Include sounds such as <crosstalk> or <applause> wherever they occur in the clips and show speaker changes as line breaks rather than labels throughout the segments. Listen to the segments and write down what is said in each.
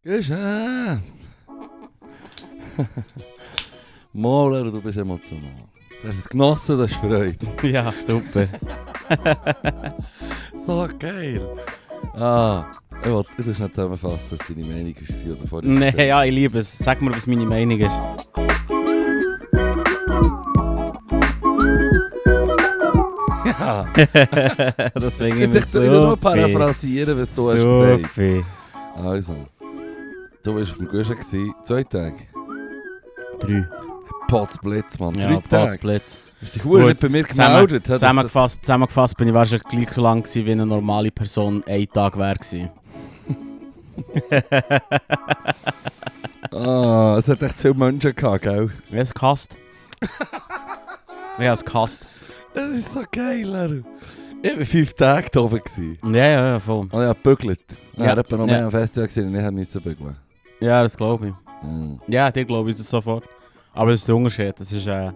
<laughs> Geschehen! Moller, du bist emotional. Du hast es genossen, das ist Freude.
Ja, super.
So geil! Ah, ich will, ich will schnell zusammenfassen, was deine Meinung war, oder vorhin
Nein,
gesagt
ja, ich liebe es. Sag mir, was meine Meinung
<laughs>
ist. <laughs>
Ja,
Deswegen
ich
immer
muss
so
nur
viel.
paraphrasieren, was du hast
so
gesagt
viel.
hast. Also, du warst auf dem Guschen, gewesen, zwei Tage.
Drei.
Potzblitz, Mann, drei
Ja,
Tage.
Platzblatt.
Hast dich verdammt
Gut,
nicht bei mir
zusammen-
gemeldet? hä, dass das-
Zusammengefasst, zusammengefasst bin ich wahrscheinlich gleich so lang gewesen, wie eine normale Person ein Tag wäre gewesen.
Ah, es hat echt viele Menschen gehabt, gell?
Wie hast du gehasst? ich habe es gehasst.
Das ist so geil, Leru. Ich war fünf Tage da oben. Gewesen.
Ja, ja, ja, voll.
Und ich habe gebügelt. Ich
Ja.
habe etwa noch
Ja.
mehr am Festival gesehen und ich habe müssen bügeln.
Ja, das glaube ich.
Mhm.
Ja, dir glaube ich das sofort. Aber das ist der Unterschied. Das ist ein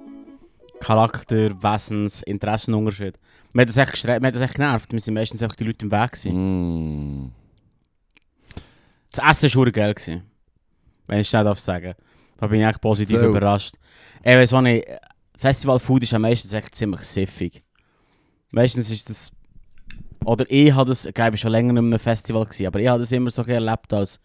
Charakter-, Wesens-, Interessenunterschied. Mir hat das echt, gestre- mir hat das echt genervt. Wir sind meistens einfach die Leute im Weg. Gewesen.
Mhm.
Das Essen war verdammt geil. Gewesen. Wenn ich es nicht darf sagen. Da bin ich echt positiv
So.
überrascht. Ich weiß auch nicht, Festival-Food ist ja meistens echt ziemlich siffig. Meistens ist das... Oder ich habe das, ich war schon länger nicht mehr einem Festival, gewesen, aber ich habe das immer so erlebt als...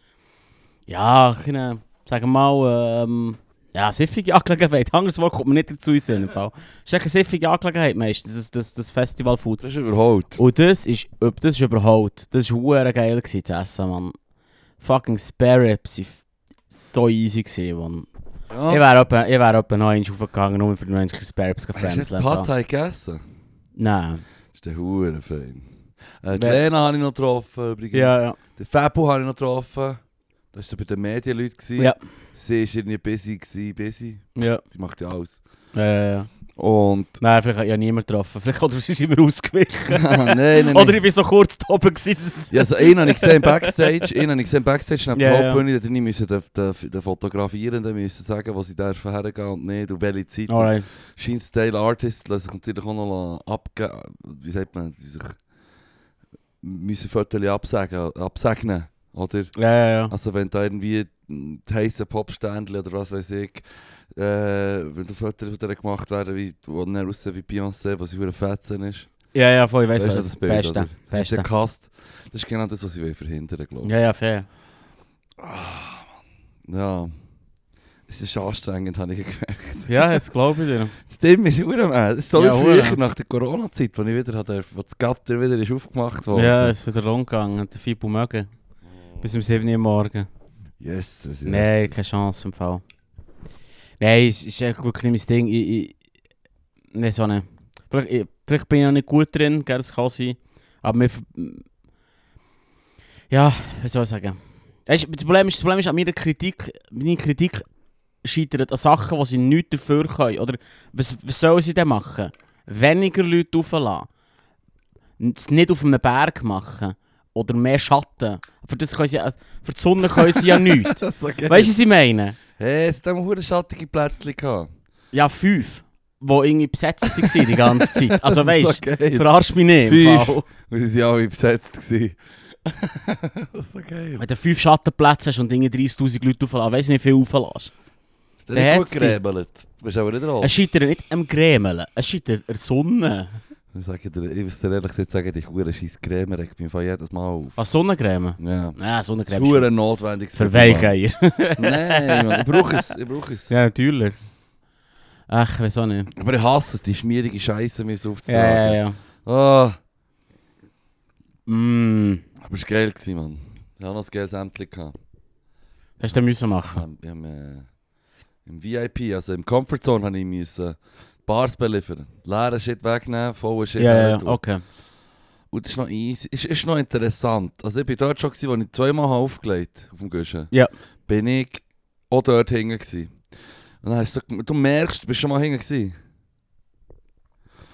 Ja, ich sagen wir mal, ähm... Ja, siffige Angelegenheit. <laughs> Anderes Wort kommt mir nicht dazu in den Sinn. im Fall. Es ist echt eine siffige Angelegenheit meistens, das, das, das Festival-Food.
Das ist überholt.
Und das ist, üb- das ist überholt. Das war huere geil gewesen zu essen, Mann. Fucking Spare Ribs waren f- so easy gewesen, Mann.
Ja.
Ich wäre etwa, ich wär etwa noch eins aufgegangen, nur für noch eins Spare Ribs
Hast du jetzt
gefremdelt.
Pad
Alter.
Thai gegessen?
Nein.
Das ist der Huren fein. Äh, die eh,
Wer-
Lena habe ich noch getroffen übrigens.
Ja, ja.
Den Fabio habe ich noch getroffen. Das war bei den Medienleuten. gewesen.
Ja.
Sie war irgendwie busy, gewesen, busy.
Ja,
Sie macht ja <laughs>
<laughs>
alles.
ja, ja, ja.
Und...
Nein, vielleicht hat ja niemand getroffen. Vielleicht oder sie sind wir ausgewichen.
nein, nein, nein.
Oder ich war so kurz da oben. Gewesen, dass-
Ja, also einen habe ich gesehen im Backstage, einen habe ich gesehen im Backstage neben
Ja,
der
ja.
Hauptbühne, da drin müssen den, den, den Fotografierenden müssen sagen, wo sie dürfen hergehen und nicht und welche Zeit.
Alright.
Scheint Style Artists lassen sich natürlich auch noch abgeben, eh, wie nou? sagt man, sie sich müssen Fotos absagen, absegnen, oder?
Ja, ja, ja.
Also wenn da irgendwie die heissen Popständchen oder was weiß ich, äh, wenn da Fotos von denen gemacht werden, wie, wo dann aussehen wie Beyoncé, was sie für ein Fetzen ist.
Ja, ja, voll, ich weiß
Weisst du
was.
das Bild, oder?
Beste,
Das ist der
beste.
Cast. Das ist genau das, was sie wollen verhindern glaube ich.
Ja, ja, fair.
Ja. Es ist anstrengend, habe ich gemerkt.
Ja, jetzt glaube ich dir.
Das Team ist verdammt, äh, Es ist so
Ja,
wie früher
verdammt.
nach der Corona-Zeit, wo ich wieder hatte, wo das Gatter wieder ist aufgemacht wurde.
Ja, es ist wieder rund gegangen. Der Fibu mögen. Bis um 7 Uhr morgen.
Yes, yes, yes.
Nein, keine Chance im Fall. Nein, es ist echt wirklich nicht mein Ding. Ich, ich, nee, eh, so nicht. Vielleicht, ich, vielleicht bin ich noch nicht gut drin, gell, das kann sein. Aber mir... ver- Ja, wie soll ich sagen? Weisst du, Das Problem ist, das Problem ist an meiner Kritik, meine Kritik scheitert an Sachen, die sie nicht dafür können. Oder was, was sollen sie denn machen? Weniger Leute rauslassen. Es nicht auf einem Berg machen. Oder mehr Schatten. Für, das können sie, für die Sonne können sie ja nichts.
Das ist so geil.
Weißt du, was ich meine?
Hey, es hat auch verdammt schattige Plätzchen gehabt.
Ja, fünf, die irgendwie besetzt waren die ganze <laughs> Zeit. Also
Das ist
weißt
so
du,
geil.
verarsch mich nicht. im
Fünf. <laughs>
Fall.
Und sie waren alle besetzt. gewesen. <laughs> das ist so geil.
Wenn du fünf Schattenplätze hast und irgendwie 30.000 Leute auflassen, weißt du nicht, wie viel auflässt.
Das
Der
ist gut
hat's die-
gerebelt. Du bist aber nicht
Es
alt.
scheitert nicht am Grämeln, es scheitert an der Sonne.
Ich sage dir, ich muss dir ehrlich gesagt sagen, die hure scheiß Creme regt mich von jedes Mal auf.
Was, Sonnencreme?
Ja.
Nein,
Das ist
Sonnencreme ist
hure notwendig.
für Weicheier.
<laughs> Nein, Mann, ich brauche es. Ich brauche es.
natürlich. Ach, ich weiß auch nicht.
Aber ich hasse es, die schmierige Scheiße mir so
Ja, ja,
aufzutragen.
ja.
Ah,
Mm.
aber es war geil, gewesen, Mann. Ich hatte noch ein geiles Ämtchen. gehabt.
Hast du müssen
Ich
machen.
hab- ich hab, äh, Im VIP, also im Comfort Zone, habe ich müssen Bars beliefern. Leeren Shit wegnehmen, vollen Shit
Ja, ja, ja.
reintun.
okay.
Und das ist noch easy. Ist, ist noch interessant. Also ich bin dort schon, gewesen, wo ich zweimal habe aufgelegt auf dem Guschen.
Ja.
Bin ich auch dort hinten gewesen. Und dann hast du, so gem- du merkst, du bist schon mal hinten gewesen.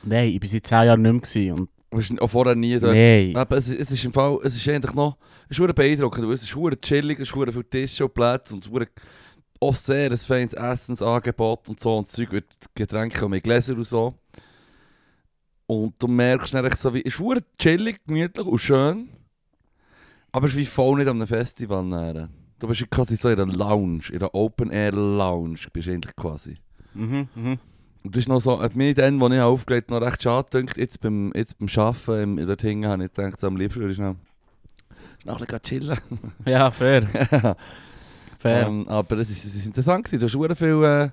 Nein, ich war seit 10 Jahren nicht mehr. gewesen Und
Du bist auch vorher nie dort
Nein.
Aber es, es ist im Fall, es ist eigentlich noch, es ist verdammt beeindruckend, weil es ist verdammt chillig, es ist verdammt viele Tische und Plätze und es ist verdammt auch sehr ein feines Essensangebot und so und das Zeug wird Getränke und mit Gläser und so. Und du merkst dann echt so wie, es ist verdammt chillig, gemütlich und schön, aber es ist wie voll nicht an einem Festival näher. Du bist quasi so in einer Lounge, in einer Open-Air-Lounge bist du eigentlich quasi.
Mhm, mhm.
Und das ist noch so, hat mich dann, als ich aufgelegt habe, noch recht schade gedacht. Jetzt beim, jetzt beim Arbeiten im, dort hinten habe ich gedacht, am liebsten würde ich noch, noch ein bisschen chillen.
Ja, fair. fair.
Ähm, aber es ist, es ist interessant gewesen. Du hast hure viel, äh,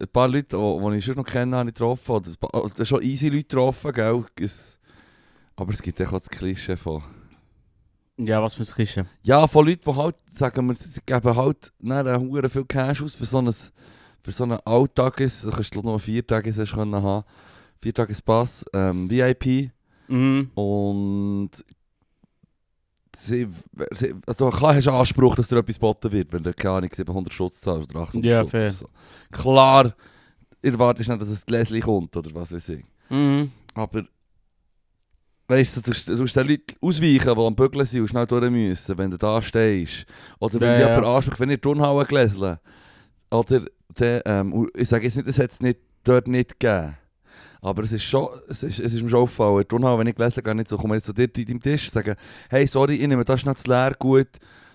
ein paar Leute, die wo, wo ich schon noch kenne, habe ich getroffen. Oder ein paar, also, du hast schon easy Leute getroffen, gell? Es, aber es gibt auch das Klischee von...
Ja, was für ein Klischee.
Ja, von Leuten, die halt, sagen wir, sie geben halt nachher hure viel Cash aus für so ein, für so einen Alltages... Du kannst glaub, nur vier Tage haben können. Vier Tages Pass, ähm, VIP.
Mhm.
Und sie, sie, also klar hast du Anspruch, dass dir etwas geboten wird, wenn du keine Ahnung 700 Schutz zahlst oder 800
Ja,
Schutz
fair.
oder so. Klar, erwartest nicht, dass es Leslie kommt oder was weiß ich.
Mhm.
Aber weißt du, du musst- du musst den Leuten ausweichen, die am Bügeln sind und schnell durch müssen, wenn du da stehst. Oder wenn
Ja,
dich
ja.
jemand anspricht, wenn ich Turnhauen gelesen Oder der, ähm, und ich sage jetzt nicht, es hat es nicht, dort nicht gegeben. Aber es ist, schon, es ist, es ist mir schon aufgefallen. In der Turnhalle, wenn ich gelesen gehe, nicht so, komme ich zu dir an deinem Tisch und sage, hey, sorry, ich nehme das schnell das Leergut.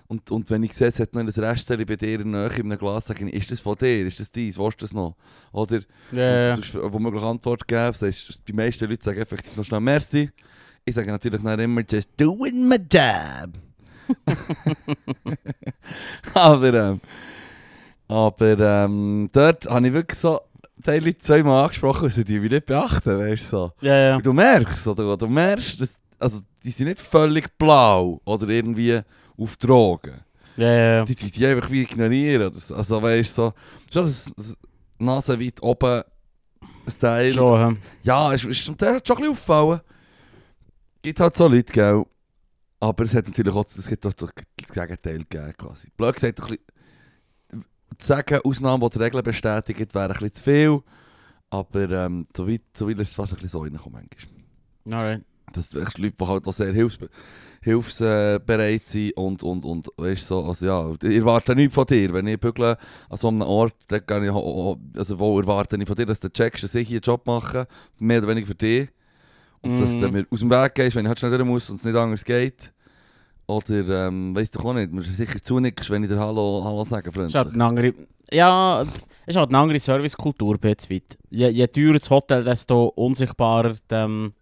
Und, und wenn ich sehe, es hat noch ein Restchen bei dir in der Nähe in einem Glas, sage ich, ist das von dir? Ist das deins? Willst du das noch? Oder
Ja,
und
ja.
du musst womöglich Antwort geben. Sagst, dus die meisten Leute sagen effektiv noch schnell Merci. Ich sage natürlich dann immer «Just doing my job». <laughs> aber ähm, aber ähm, dort habe ich wirklich so die Leute zweimal angesprochen und sie die mich nicht beachten, weißt du so.
Ja, ja.
Und Du merkst, oder? Du merkst, dass, also, die sind nicht völlig blau oder irgendwie auf Drogen.
Ja, ja.
Die, die, die einfach wie ignorieren. Oder so. Also weißt du, so, schon das, das nasenweit oben Style.
Schon, hä?
Ja, es ist zum Teil schon ein bisschen auffallen. Es gibt halt so Leute, gell. Aber es hat natürlich auch, es gibt auch das Gegenteil gegeben, quasi. Blöd gesagt, ein bisschen, zu sagen, Ausnahmen, die die Regeln bestätigen, wäre ein bisschen zu viel. Aber ähm, so weit, so weit ist es fast ein bisschen so reingekommen manchmal.
Alright.
Das sind echt Leute, die halt auch sehr hilfs hilfsbereit sind und, und, und weißt so, also ja, ich erwarte nichts von dir. Wenn ich bügle an so einem Ort, dann kann ich, auch- also wo erwarte ich von dir, dass du checkst, dass ich hier einen Job mache, mehr oder weniger für dich. Und dass
Mhm.
du mir aus dem Weg gehst, wenn ich halt schnell durch muss und es nicht anders geht. Oder, ähm, weißt du auch nicht, mir sicher zunickst, wenn ich dir Hallo, Hallo sage,
Ist halt
freundlich.
eine andere... Ja, es ist halt eine andere Servicekultur ein bisschen weit. Je, je teurer das Hotel, desto unsichtbarer die, ähm,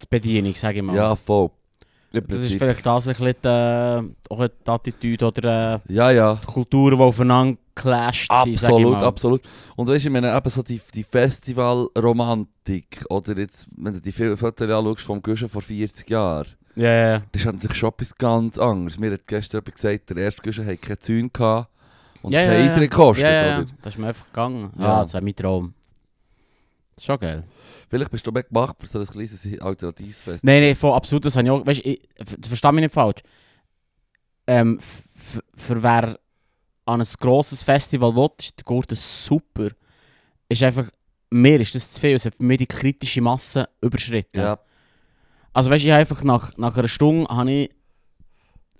die Bedienung, sage ich mal.
Ja, voll. Im
das ist
Prinzip.
vielleicht das ein bisschen die, auch die Attitüde oder äh,
Ja, ja.
die Kultur, die aufeinander clasht sind, sage ich
Absolut,
mal.
absolut. Und weißt du, ich meine, eben so die, die Festivalromantik, oder jetzt, wenn du die Fil- Fotos anschaust vom Guschen vor 40 Jahren,
Ja, ja, ja.
das ist natürlich schon etwas ganz anderes. Mir hat gestern jemand gesagt, der erste Guschen hat keine Zäune gehabt und
Ja,
keine
ja, ja.
Eintritt gekostet,
ja, ja.
oder?
Das ist mir einfach gegangen. Ja,
Ja.
das wäre mein Traum. Das ist schon geil.
Vielleicht bist du mehr gemacht für so ein kleines alternatives Fest.
Nein, nein, voll absolut, das habe ich auch... Weißt, ich, ver- versteh mich nicht falsch. Ähm, f- f- für wer an ein grosses Festival will, ist der Gurten super. Ist einfach... Mir ist das zu viel, es hat mir die kritische Masse überschritten.
Ja,
Also weißt du, ich habe einfach nach, nach einer Stunde habe ich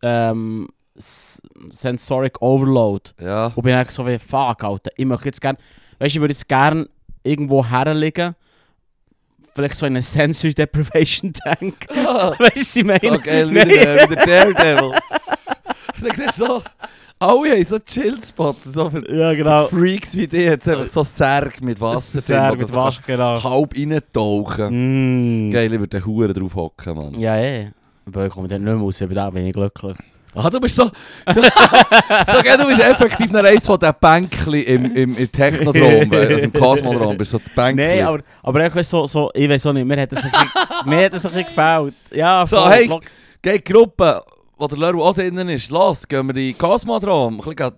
ähm, S- Sensoric Overload.
ja. <laughs>
Und bin eigentlich so wie, fuck, Alter, ich möchte jetzt gerne, weißt du, ich würde jetzt gerne irgendwo herlegen, vielleicht so in einen Sensory Deprivation Tank,
Ah,
weißt du, was ich meine?
so geil, wie
Nein.
der, wie der äh, Daredevil. <laughs> Dann siehst du so, alle haben so Chill-Spots, so für
Ja,
<laughs>
genau.
Freaks wie die, jetzt einfach so Särge mit Wasser drin, wo
Sehr
du
mit
so kannst <laughs>
Wasser, genau.
halb reintauchen.
Mm.
Geil, ich würde den Huren drauf hocken, Mann.
Ja, ja. Aber ich komme dann nicht mehr raus, über da bin ich glücklich.
Ah, du <laughs> bist so. so gell, du bist effektiv noch eins von den Bänkchen im, im, im Technodrom, äh, <laughs> also im Kosmodrom. Bist so das Bänkchen.
Nein, aber, aber ich weiß so, so, ich weiß auch nicht, mir hat das ein bisschen, mir hat das ein bisschen gefällt. Ja,
So,
voll,
hey.
lock-
Geh, die Gruppe, wo der Leru auch drinnen ist, los, gehen wir in den Kosmodrom. Ein bisschen gehen-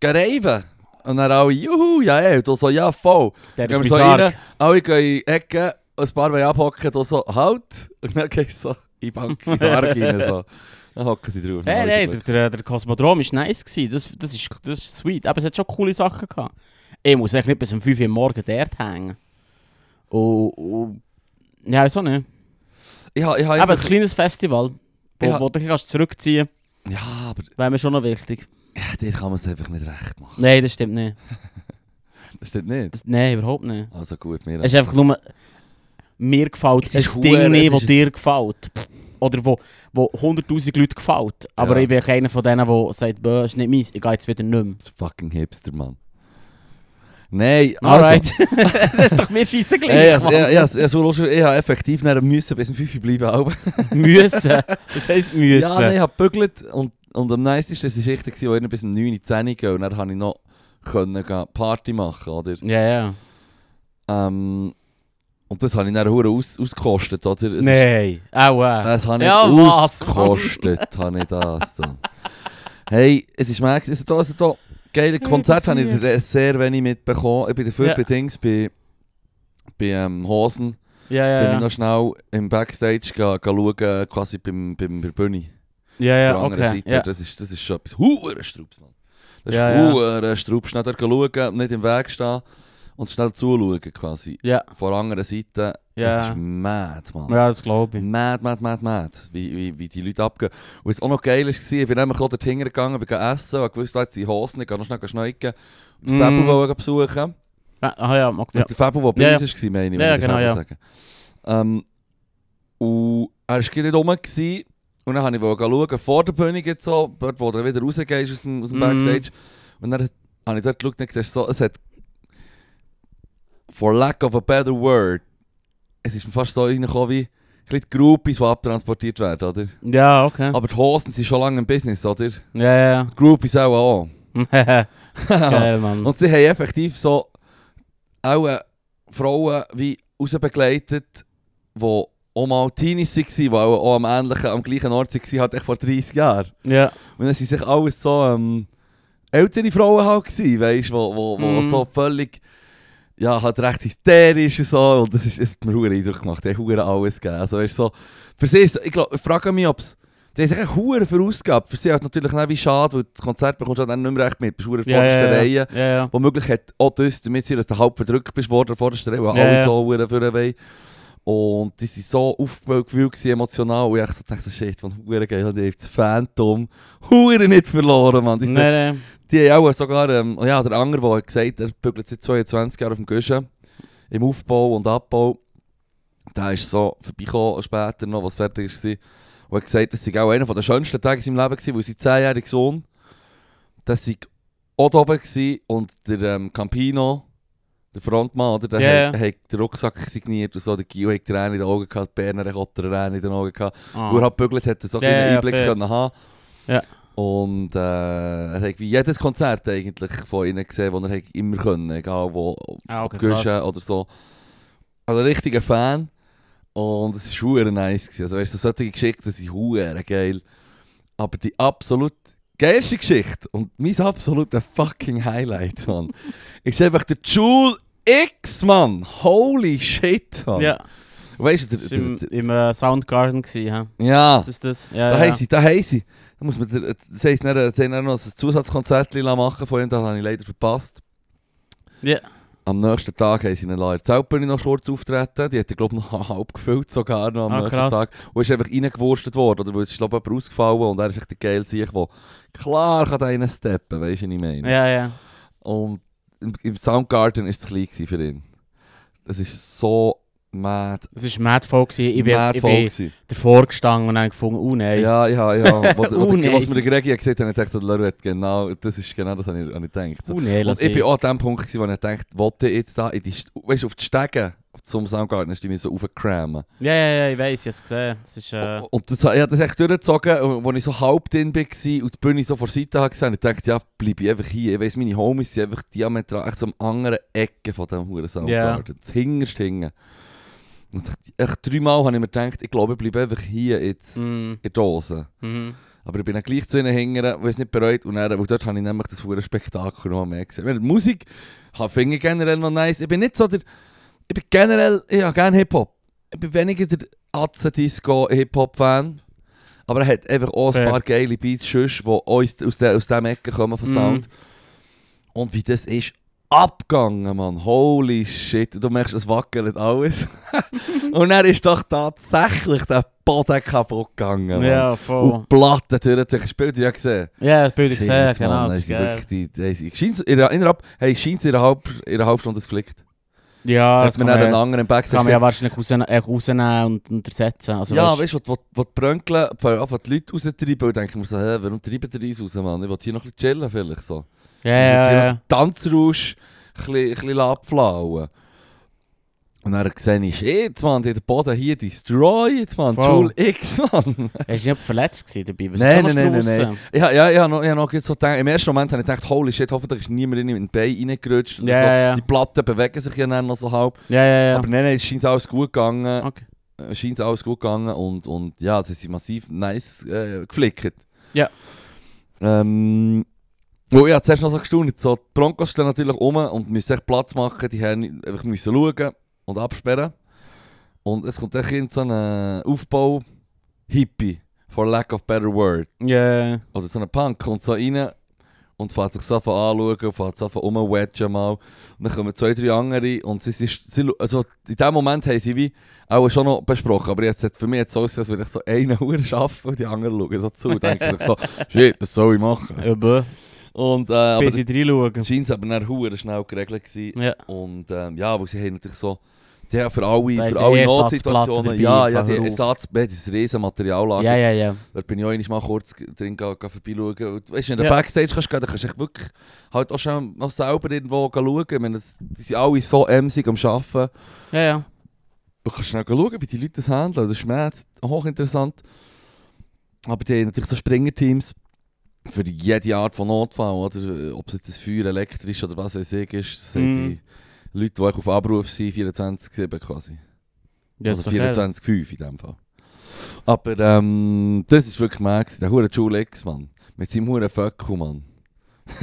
gehen reiben. Und dann alle, juhu, ja, ey. Und du so, ja, voll.
Der ist
Gehen wir
mein
so
Sarg.
rein, alle gehen in die Ecke, ein paar wollen abhocken, du so, halt. Und dann gehst du so in die Bank, in den Sarg rein. So. Dann hocken sie drauf.
Hey,
Dann
nein,
ist
der,
es
der, der Kosmodrom war nice. Gewesen. Das, das, ist, das ist sweet. Aber es hat schon coole Sachen gehabt. Ich muss echt nicht bis um 5 Uhr morgens dort hängen. Und, und ja, wieso nicht?
gut. ich, ha- ich, ha
Aber
immer-
ein kleines Festival, wo,
Ja.
wo du dich kannst zurückziehen
Ja, aber <laughs>
kannst, wäre mir schon noch wichtig.
ja, dir kann man es einfach nicht recht machen.
Nein, das stimmt nicht.
Das stimmt nicht.
Das, nein, überhaupt nicht.
Also gut, mir
Es ist einfach nur, mir gefällt
Es ist
ein Ding
hure-
nicht,
es
das
ist-
dir gefällt. Pff, oder wo, wo 100'000 Leute gefällt. Aber
Ja.
ich bin einer von denen, der sagt, «Bö, ist nicht meins, ich gehe jetzt wieder nicht mehr.
Das fucking Hipster, Mann. Nein, <laughs>
Alright. <laughs> das ist doch mir scheisse gleich,
Ey,
<laughs>
also,
Mann.
Ah, ja, ja, ja, so lustig, ich habe effektiv nachher müssen bis um 5 Uhr bleiben. aber-
Müssen. <laughs> Das heisst müssen.
Ja, nein, ich habe gebügelt und, und am nicesten war die Schicht, gewesen, wo ich bis um 9 Uhr 10 Uhr ging und dann konnte ich noch können gehen Party machen, oder?
Ja, ja.
Ähm, und das habe ich dann hure aus, ausgekostet, oder? Es ist-
Nein. Aua.
Das habe ich
Äh. Ja, was, Mann? <laughs>
ausgekostet, habe ich das. So. Hey, es ist Max, es ist da, es ist da. Geile Konzert habe ich re- sehr wenig mitbekommen. Ich bin dafür
Ja.
bei Dings, bei, bei ähm, Hosen,
Ja,
bin ich
ja, ja.
noch schnell im Backstage ga, ga schauen, quasi beim, beim, bei der Bühne. Auf
Ja, ja,
der anderen
okay.
Seite,
Ja.
das, ist, das ist schon etwas hure Strups, Mann. Das ist
Ja, ja.
hure Strups. Schnell dort schauen, nicht im Weg stehen und schnell zuschauen quasi.
Ja,
Von der anderen Seite, das
ja.
ist mad, Mann.
ja, das glaube ich.
Mad, mad, mad, mad, wie, wie, wie die Leute abgehen. Und was auch noch geil war, ich bin nämlich auch dort hingegangen, bin gegangen essen, weil ich wusste, jetzt sind die Hosen, ich gehe noch schnell schneiden und den
Mm.
Fabio wollte besuchen.
Ah, Ah ja, mag
Ja.
ja.
Also Der Fabio, der bei
Ja,
uns war, meine ich,
Ja,
wenn ich
genau,
Fabio
ja.
sagen. Ähm, und er war gerade nicht rum gewesen. und dann wollte ich schauen, vor der Bühne jetzt so, dort wo du wieder rausgehst aus dem, aus dem
Mm.
Backstage. Und dann habe ich dort geschaut und gesehen, so, es hat, for lack of a better word, es ist mir fast so reingekommen wie ein bisschen die Groupies, die abtransportiert werden,
<laughs>
oder?
Ja, okay.
Aber die Hosen sind schon lange im Business, oder? Die
Ja,
Groupies auch.
<laughs> ja.
auch.
Geil, Mann.
Und sie haben effektiv so auch äh, Frauen wie rausbegleitet, die auch mal Teenies waren, die auch, auch am, ähnlichen, am gleichen Ort waren, halt echt vor 30 Jahren.
Ja,
Und dann sind sich alles so ähm, ältere Frauen halt gewesen, weißt du, wo, wo, wo
Mhm.
so völlig, ja, halt recht hysterisch und so. Und das, ist, das hat mir einen Eindruck gemacht, die haben verdammt alles gegeben. Also, weißt, du, so, für sie ist so, ich, glaub, ich frage mich, ob es, die haben sich echt verdammt verausgabt. Für sie halt natürlich nicht wie schade, weil das Konzert bekommst du halt dann nicht mehr recht mit, du bist verdammt
ja,
vorderste
ja,
Reihe
ja. ja, ja.
womöglich hat auch das damit sie, dass du halb verdrückt bist worden vor der Stelle, weil
Ja,
alle
ja.
so hure für wollen. Und die waren so aufgebaut, gefühlt gewesen, emotional. Und ich so dachte, so, shit, von hure geil, die haben das Phantom hure nicht verloren, man. Die, sind-
Nein, nein.
die haben auch sogar, ähm, oh ja, der andere, der hat gesagt, er bügelt seit 22 Jahren auf dem Guschen, im Aufbau und Abbau. Der ist so vorbeigekommen später noch, was fertig war. Und hat gesagt, das sei auch einer der schönsten Tage in seinem Leben gewesen, weil sein 10-jähriger Sohn, der sei auch da oben gewesen und der ähm, Campino, der Frontmann, oder, der
Ja, ja.
hat, hat den Rucksack signiert und so, der Gio hat Tränen in den Augen gehabt, die Berner hat auch Tränen in den Augen gehabt.
Ah.
Wo er halt bügelt hat, er so
Ja,
einen
ja,
Einblick
fair.
können haben.
Ja.
Und äh, er hat wie jedes Konzert eigentlich von ihnen gesehen, das er hat immer können, egal wo,
Ah, okay,
Guschen
krass.
oder so. Also ein richtiger Fan. Und es war hure nice. Gewesen. Also weißt du, so solche Geschichten sind hure geil. Aber die absolut geilste Geschichte und mein absoluter fucking Highlight, Mann, ist einfach der Jule X, Mann. Holy shit, Mann.
Ja,
Weißt du, der,
das war
der,
im,
der,
im äh, Soundgarden. Gewesen, hä?
ja.
Das ist das. Ja,
Da
ja.
haben sie, da haben sie. Da muss man, das heisst, dann, sie haben dann noch ein Zusatzkonzert machen von ihnen, das habe ich leider verpasst.
Ja.
Am nächsten Tag haben sie ihn in Zeltbühne noch kurz auftreten. Die hat er, glaube ich, noch <laughs> halb gefüllt sogar noch am
Ah,
nächsten
krass.
Tag. Und ist einfach reingewurstet worden, oder? Weil es ist, glaube ich, jemand rausgefallen und er ist echt der geile Sieg, der klar kann einen steppen, weißt du, was ich meine?
Ja, ja.
Und im, im Soundgarden war es klein gewesen für ihn. Das ist so mad,
Es war mad voll. Gewesen. Ich bin,
mad
ich
voll
bin
gewesen.
davor gestanden und habe gefunden, oh nein.
Ja, ja, ja. Wo, wo,
Oh
der-
nein.
was mir der Gregi hat gesagt hat, habe ich gedacht, so, Lorette, genau, das ist genau das, was ich, habe ich gedacht. So.
Oh nein,
Und
lass
ich
ich.
bin auch an dem Punkt, gewesen, wo ich gedacht wollte ich jetzt da, in die, St- weißt, du, auf die Stege zum Soundgarten, ist die mir so raufgecrammen.
Ja, ja, ja, ich weiß, ich habe es gesehen. Es ist, äh,
Und- Und das, ich habe das echt durchgezogen, und als ich so halb drin war und die Bühne so vor der Seite habe gesehen habe, ich dachte, ja, bleibe ich einfach hier. Ich weiss, meine Homies sind einfach diametral, echt so am anderen Ecke von diesem Huren Soundgarten. Das hinterst hingen. Und ich, echt dreimal habe ich mir gedacht, ich glaube, ich bleibe einfach hier jetzt
mm,
in der Dose.
mhm.
Aber ich bin dann gleich zu ihnen hingern, weil es nicht bereut. Und dann, weil dort habe ich nämlich das verdammte Spektakel noch mehr gesehen. Weil die Musik ha- finde ich generell noch nice. Ich bin nicht so der... Ich bin generell... Ich habe gerne Hip-Hop. Ich bin weniger der Atze-Disco-Hip-Hop-Fan. Aber er hat einfach auch ein
Fair.
paar geile Beats sonst, die auch aus, aus, der, aus dem Ecken kommen von
Mhm.
Sound. Und wie das ist abgegangen, Mann. Holy shit. Du merkst, es wackelt alles. <laughs> Und dann ist doch tatsächlich der Boden kaputt gegangen, Mann.
Ja,
Und
voll.
die Platte natürlich gespielt, ja gesehen.
Ja, das Bild ich
Shit,
gesehen,
Mann,
genau.
haben sie
Das ist nou, geil. Ah,
wirklich die- die haben sie- scheint's- in der- Innerhalb hey, scheint's in der Halb- in der halb Stunde geflickt.
Ja,
hat
das
man
kann
dann einen
man, ja,
anderen im Backstage.
kann man ja wahrscheinlich rausne äh, rausnehmen und, und ersetzen. Also,
ja,
weißt,
weißt du, was die Brönkeln einfach die Leute raustreiben und denken mir so, hä, warum treiben die uns raus, Mann? Ich will hier noch ein bisschen chillen vielleicht so. <laughs>
ja, ja, ja, ja.
Tanzrausch, ein bisschen, ein bisschen abflauen. Und dann sehe ich, jetzt, Mann, die hat den Boden hier destroyed, Mann.
Voll.
Joule X, Mann.
Hast du nicht verletzt gewesen dabei? Bist du
Nein,
schon
nein,
noch
nein, nein,
draussen?
Ja, ja, ja, noch, ja, noch so gedacht, im ersten Moment habe ich gedacht, holy shit, hoffentlich ist niemand in den Bein reingerutscht. oder
Ja,
so.
ja, ja.
Dus Die Platten bewegen sich ja dann noch so halb.
Ja, ja, ja.
Aber nein, nein, es scheint alles gut gegangen.
Okay.
Äh, Scheint alles gut gegangen und, und ja, sie sind massiv nice äh, geflickt.
Ja.
Ähm, wo ich habe zuerst noch so gestaunt, so, die Broncos stehen natürlich um und müssen echt Platz machen, die eh, haben einfach müssen schauen und absperren. Und es kommt echt in so einen Aufbau-Hippie, for lack of better word.
Ja, ja,
Oder so ein Punk kommt so rein und fährt sich so einfach anschauen und fährt so einfach rumwedgen mal. Und dann kommen zwei, drei andere und sie, sie, sie also in dem Moment haben sie wie auch schon noch besprochen, aber jetzt hat für mich jetzt so ausgesehen, als würde ich so <laughs> eine Uhr arbeiten und die anderen schauen so zu und denken
<laughs>
sich so, shit, was soll ich machen?
ja. Eben.
Und, äh, aber
Bis ich reinschauen.
das scheint aber dann verdammt schnell geregelt gewesen.
Ja.
Und ähm, ja, weil sie haben natürlich so, die eh, haben für alle,
Da ist
für
die
alle
Ersatzplatte
Notsituationen,
dabei,
ja, ja,
fahr
die
auf.
Ersatz, das ist riesen Materiallager
Ja, ja, ja.
da bin ich auch einmal mal kurz g- drin ge- ge- vorbeischauen. Und Weißt du, wenn du
Ja.
Backstage kannst gehen, dann kannst du echt wirklich halt auch schon noch selber irgendwo gehen schauen. Ich meine, das- die sind alle so emsig am Arbeiten.
Ja, ja.
Du kannst schnell schauen, wie die Leute das handeln. Das ist mad, hochinteressant. Aber die haben natürlich so Springerteams für jede Art von Notfall. Oder? Ob es jetzt ein Feuer, elektrisch oder was weiß ich ist. Das sind
Mhm.
sie Leute, die echt auf Abruf sind, 24-7 quasi.
Ja,
also
ist doch geil.
24,5 in dem Fall. Aber ähm, das ist wirklich mal gewesen. Der hure Joe X, Mann. Mit seinem hure Föckel, Mann.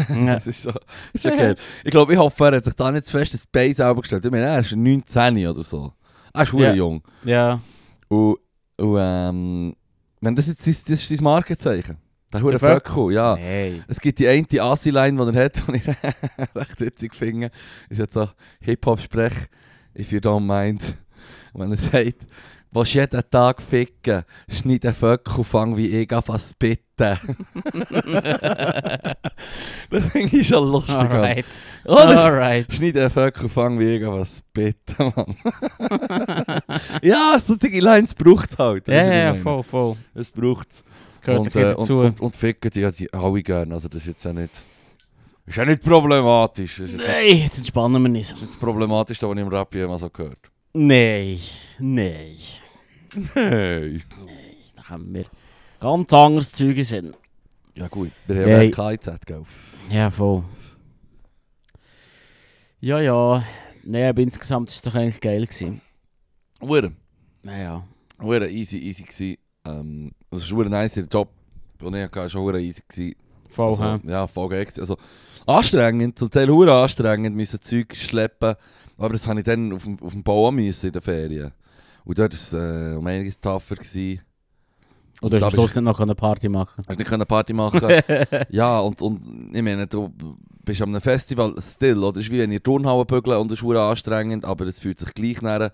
Ja.
Das ist so, das ist
<laughs>
so geil. Ich glaube, ich hoffe, er hat sich da nicht zu fest das Bein selber gestellt. Ich meine, er ist 19 oder so. Er ist hure
Ja.
jung.
Ja.
Und, und ähm, wenn das jetzt sein, das ist sein Markenzeichen. Der hure
Der Föckel?
Föckel, ja.
Hey.
Es gibt die eine Assi-Line, die er hat, <laughs> die ich recht witzig finde. Ist jetzt so Hip-Hop-Sprech, if you don't mind. Wenn er sagt, willst jeden Tag ficken, schneid den Föckel, fang wie ich an zu spitten. <laughs> das finde ich schon lustig, Mann.
Alright.
Oder?
Alright.
Schneid den Föckel, fang wie ich an zu spitten, Mann. <laughs> ja, solche Lines braucht es halt. Das ist,
Ja,
was
ja,
ich
ja,
meine.
voll, voll.
Es braucht
Das gehört
und,
ein
äh,
bisschen
und,
dazu.
und, und ficken die ja die alle gerne, also das ist jetzt auch nicht... Ist ja nicht problematisch. Das ist jetzt
Nein, jetzt entspannen wir nicht.
nicht das Problematischste, was ich im Rap jemals so gehört
Nein, nein.
Hey.
Da haben wir ganz anderes Zeug in Sinn.
Ja gut, wir haben
Hey.
ja KIZ, gell?
Ja, voll. Ja, ja. Nein, aber insgesamt war es doch eigentlich geil. Gewesen.
Hure,
Naja.
hure easy, easy gewesen. Ähm, das ist hure nice, der Job, den ich hatte, war schon hure easy gewesen.
Voll,
also,
hä?
Ja, voll geil gewesen. Also anstrengend, zum Teil hure anstrengend, müssen Zeug schleppen. Aber das habe ich dann auf dem, auf dem Bau müssen in den Ferien. Und dort war es äh, um einiges tougher. Gewesen.
Und du hast
da
am
bist-
Schluss nicht noch eine Party machen
Hast nicht eine Party machen
<laughs>
Ja, und, und ich meine, du bist am Festival still, oder? Es ist wie wenn ihr Turnhalle bügelt und es ist verdammt anstrengend, aber es fühlt sich gleich nach,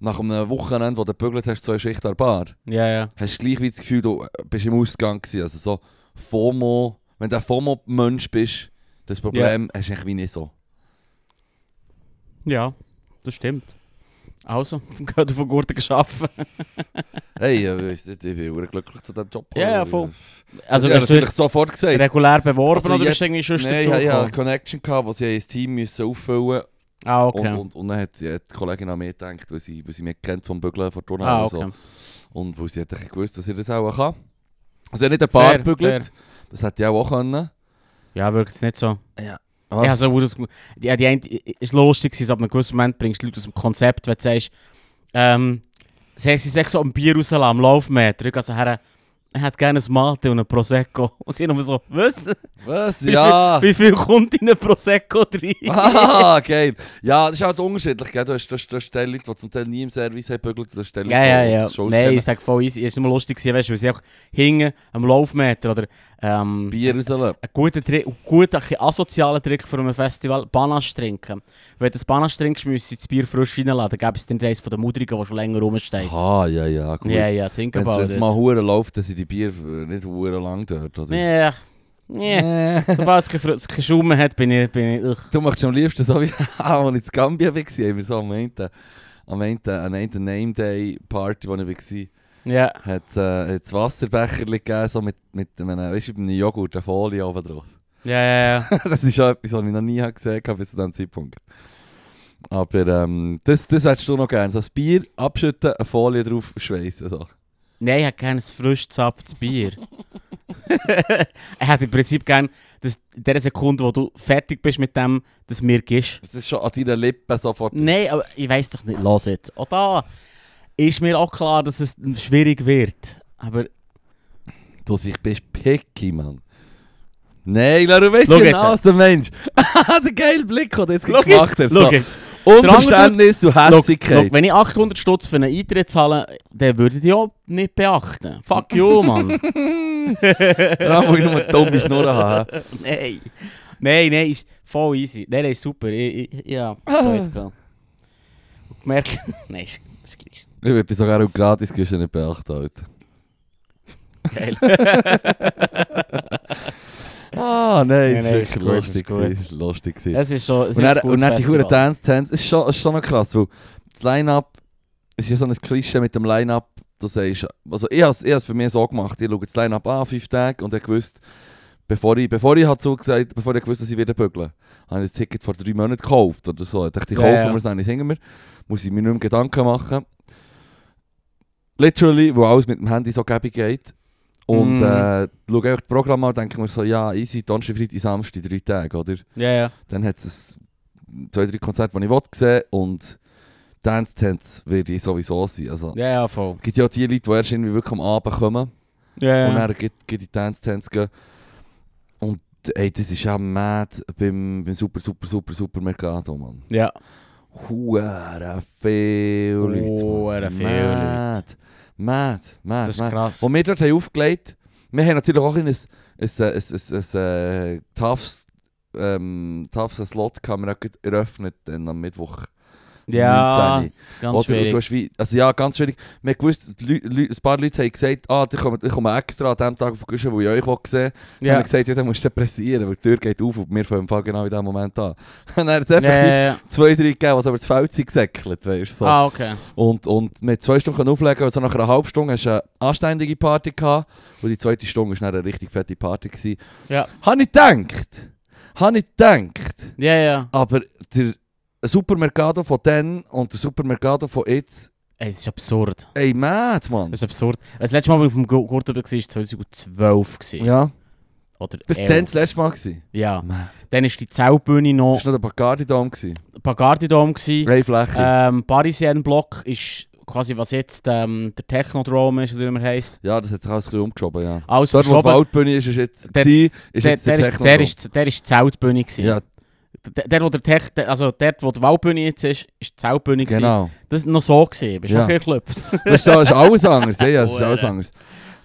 nach einem Wochenende, wo du bügelt hast, so eine Schicht an der Bar.
Ja, ja.
Hast du gleich wie das Gefühl, du äh, bist im Ausgang gewesen. Also so FOMO, wenn du ein FOMO-Mensch bist, das Problem hast du eigentlich wie nicht so.
Ja, das stimmt. Also, <laughs> gehört von Gurten geschaffen.
Hey, äh, ich weiss nicht, ich bin verdammt glücklich zu diesem Job.
Ja, ja, voll.
Also,
Also,
ich habe
hast du
natürlich sofort gesagt.
regulär beworben
Also,
oder
ja-
bist du irgendwie schon
Nein, ich
dazu
hatte ja eine
gekommen?
Connection, gehabt, wo sie ein Team müssen auffüllen mussten.
Ah, okay.
Und, und, und dann hat, sie, hat die Kollegin an mich gedacht, weil sie, weil sie mich kennt vom Bügeln, von Turnhalle
ah,
und
okay.
so. Und weil sie hat eigentlich gewusst, dass ich das auch kann. Also ich habe nicht ein paar
Fair,
gebügelt, das hätte ich auch, auch können.
Ja, wirkt es nicht so.
Aber
Ja, so aus, ja, die eine, ist lustig, gewesen, ab einem gewissen Moment bringst du Leute aus dem Konzept, wenn du sagst, ähm, sie sie sich so am Bier rauslassen, am Laufmeter. Ich gehe so her, er hat gerne ein Mate und ein Prosecco. <laughs> Und sie nur so, was?
was?
Wie
Ja!
Wie viel kommt in ein Prosecco rein?
ah, geil. Ja, das ist halt unterschiedlich, gell? Du hast, du hast, du hast die Leute, die zum Teil nie im Service haben bügelt, du hast die Leute,
Ja, ja,
die
ja.
es schon
Nein,
auskennen.
ich sage voll easy. Es war nur lustig, gewesen, weißt du, weil sie auch hingen am Laufmeter oder ähm,
Bier rauslassen.
ein guter Trick, ein guter, ein bisschen asozialer Trick für ein Festival, Banasch trinken. Wenn du das Banasch trinkst, müsst ihr das Bier frisch reinladen. Dann gäbe es den Reis von der Mudrigen, die schon länger rumsteht.
Ah, ja, ja, gut.
Ja, ja, think
Wenn
about
es
it.
mal Huren läuft, dann sind die Bier nicht Huren lang dort, oder?
Ja, Yeah. Sobald es keinen kein Schaum mehr hat, bin ich... Bin ich ugh.
Du machst am liebsten so wie <laughs> ah, als ich in Gambia war, haben wir so am Ende, am Ende, an einer Name Day Party, wo ich war,
Ja.
hat es äh, hat's Wasserbecher gegeben, so mit, mit einem, weißt du, mit einem Joghurt, eine Folie oben drauf. <laughs>
Ja, ja, ja.
das ist schon etwas, was ich noch nie gesehen habe bis zu diesem Zeitpunkt. Aber ähm, das, das hättest du noch gerne. So ein Bier abschütten, eine Folie drauf schweissen. So.
Nein, ich hätte gerne ein frisch gezapftes Bier. <laughs> ich hätte im Prinzip gerne, dass in der Sekunde, wo du fertig bist mit dem, dass mir gibst.
Das ist schon an deinen Lippen sofort.
Nein, aber ich weiß doch nicht. Lass jetzt. Auch da ist mir auch klar, dass es schwierig wird. Aber
Du ich bist picky, Mann. Nein, Laura, du weißt
Schau jetzt.
genau, was der Mensch. <laughs> Ah, der geile Blick, den du jetzt
schau
gerade gemacht hast.
schau
So.
jetzt.
Unverständnis und
Schau, schau,
Hässigkeit.
wenn ich 800 Stutz für einen Eintritt zahle, dann würde ich die auch nicht beachten. Fuck you, Mann.
Da muss ich nur eine dumme Schnur <laughs> haben.
<laughs> nein. Nein, nein, ist voll easy. Nein, nein, super. Ich, ich, ja, <laughs> Freude gehabt. Und gemerkt, <laughs> nein, ist, ist gleich.
Ich würde dich sogar auch gratis nicht beachten, Alter. <laughs>
Geil.
Ah, nein,
Nein,
es
nein,
war
ist
wirklich lustig.
gut, ist gut.
gewesen, es war lustig. gewesen.
Es ist schon. Es
Und
ist
dann,
ein gutes
und dann die
Festival.
Huren Dance-Tänze, ist schon, ist schon noch krass, weil das Line-Up, es ist ja so ein Klischee mit dem Line-Up, du sagst, also ich habe es ich has für mich so gemacht, ich schaue das Line-Up an, fünf Tage, und ich gewusst, bevor ich, bevor ich hat zugesagt, bevor ich gewusst, dass ich wieder bügeln, habe ich das Ticket vor drei Monaten gekauft oder so. Ich dachte, ich
Ja,
kaufe
ja.
mir es, dann hängen wir, muss ich mir nicht mehr Gedanken machen. Literally, wo alles mit dem Handy so gäbig geht. Und
Mhm.
äh, schaue einfach das Programm an und denke mir so, ja, easy, Donnerstag, Freitag, Samstag, drei Tage, oder?
Ja, ja.
Dann hat es ein- zwei, drei Konzerte, die ich wollte sehen und Dance Dance werde ich sowieso sein. Also,
Ja, ja, voll.
Es gibt ja auch die Leute, die erst irgendwie wirklich am Abend kommen
Ja, ja.
und dann geht, geht die Dance Dance gehen. Und ey, das ist auch mad beim, beim super, super, super, super Mercado, Mann.
ja.
Huere viele Leute, Mann.
Hure viele
mad. Mad, mad,
Das ist
mad.
krass.
Wo wir dort haben aufgelegt wir haben natürlich auch ein, ein, ein, ein, ein, ein, ein toughes, ähm, toughes Slot gehabt. Wir haben gerade eröffnet dann am Mittwoch.
ja,
19.
ganz
Oder du
schwierig.
hast wie, also ja, ganz schwierig. Wir haben gewusst, die Leu- Leu- ein paar Leute haben gesagt, ah, ich komme, ich komme extra an dem Tag auf Guschen, wo ich euch will sehen will.
Ja.
haben gesagt, ja, dann musst du pressieren, weil die Tür geht auf und wir fangen Fall genau in dem Moment an. <laughs> Und dann hat es
Ja,
effektiv
ja, ja.
zwei, drei gegeben, was aber das Feld sind gesäckelt, weißt du. So.
Ah, okay.
Und, und mit zwei Stunden können auflegen, also nach einer halben Stunde hast du eine anständige Party gehabt. Und die zweite Stunde war dann eine richtig fette Party. Gewesen.
Ja.
Habe ich gedacht. Habe ich gedacht.
Ja, ja.
Aber der Supermercado von dann und der Supermercado von jetzt,
Ey, es ist absurd.
ey, mad, Mann.
Es ist absurd. Das letzte Mal, als ich auf dem Gu- Gurten war, war 2012. gewesen.
Ja.
Oder
Das war
11.
dann das letzte Mal. Gewesen.
Ja.
Mad.
Dann war die Zeltbühne noch
Das war noch der Bacardi-Dom. gewesen.
Bagardidom. gewesen.
Drei Fläche.
Ähm, Parisien-Block ist quasi, was jetzt ähm, der Technodrome ist, oder wie man heisst.
Ja, das hat sich alles ein bisschen umgeschoben, ja.
Alles
Dort, wo die
verschoben.
Waldbühne ist, ist jetzt,
Der-
gewesen, ist
Der,
jetzt
der, ist,
Technodrom.
der, ist, der ist die Zeltbühne. gewesen.
Ja,
Der, der, wo der Tech, der, also dort, wo die Waldbühne jetzt ist, ist die Zeltbühne. gewesen.
genau.
Das war noch so. Gewesen. Bist du
Ja.
ja. noch geklopft?
<laughs> Das ist das ist alles anders, ja, ja, das ist alles
Hure.
anders.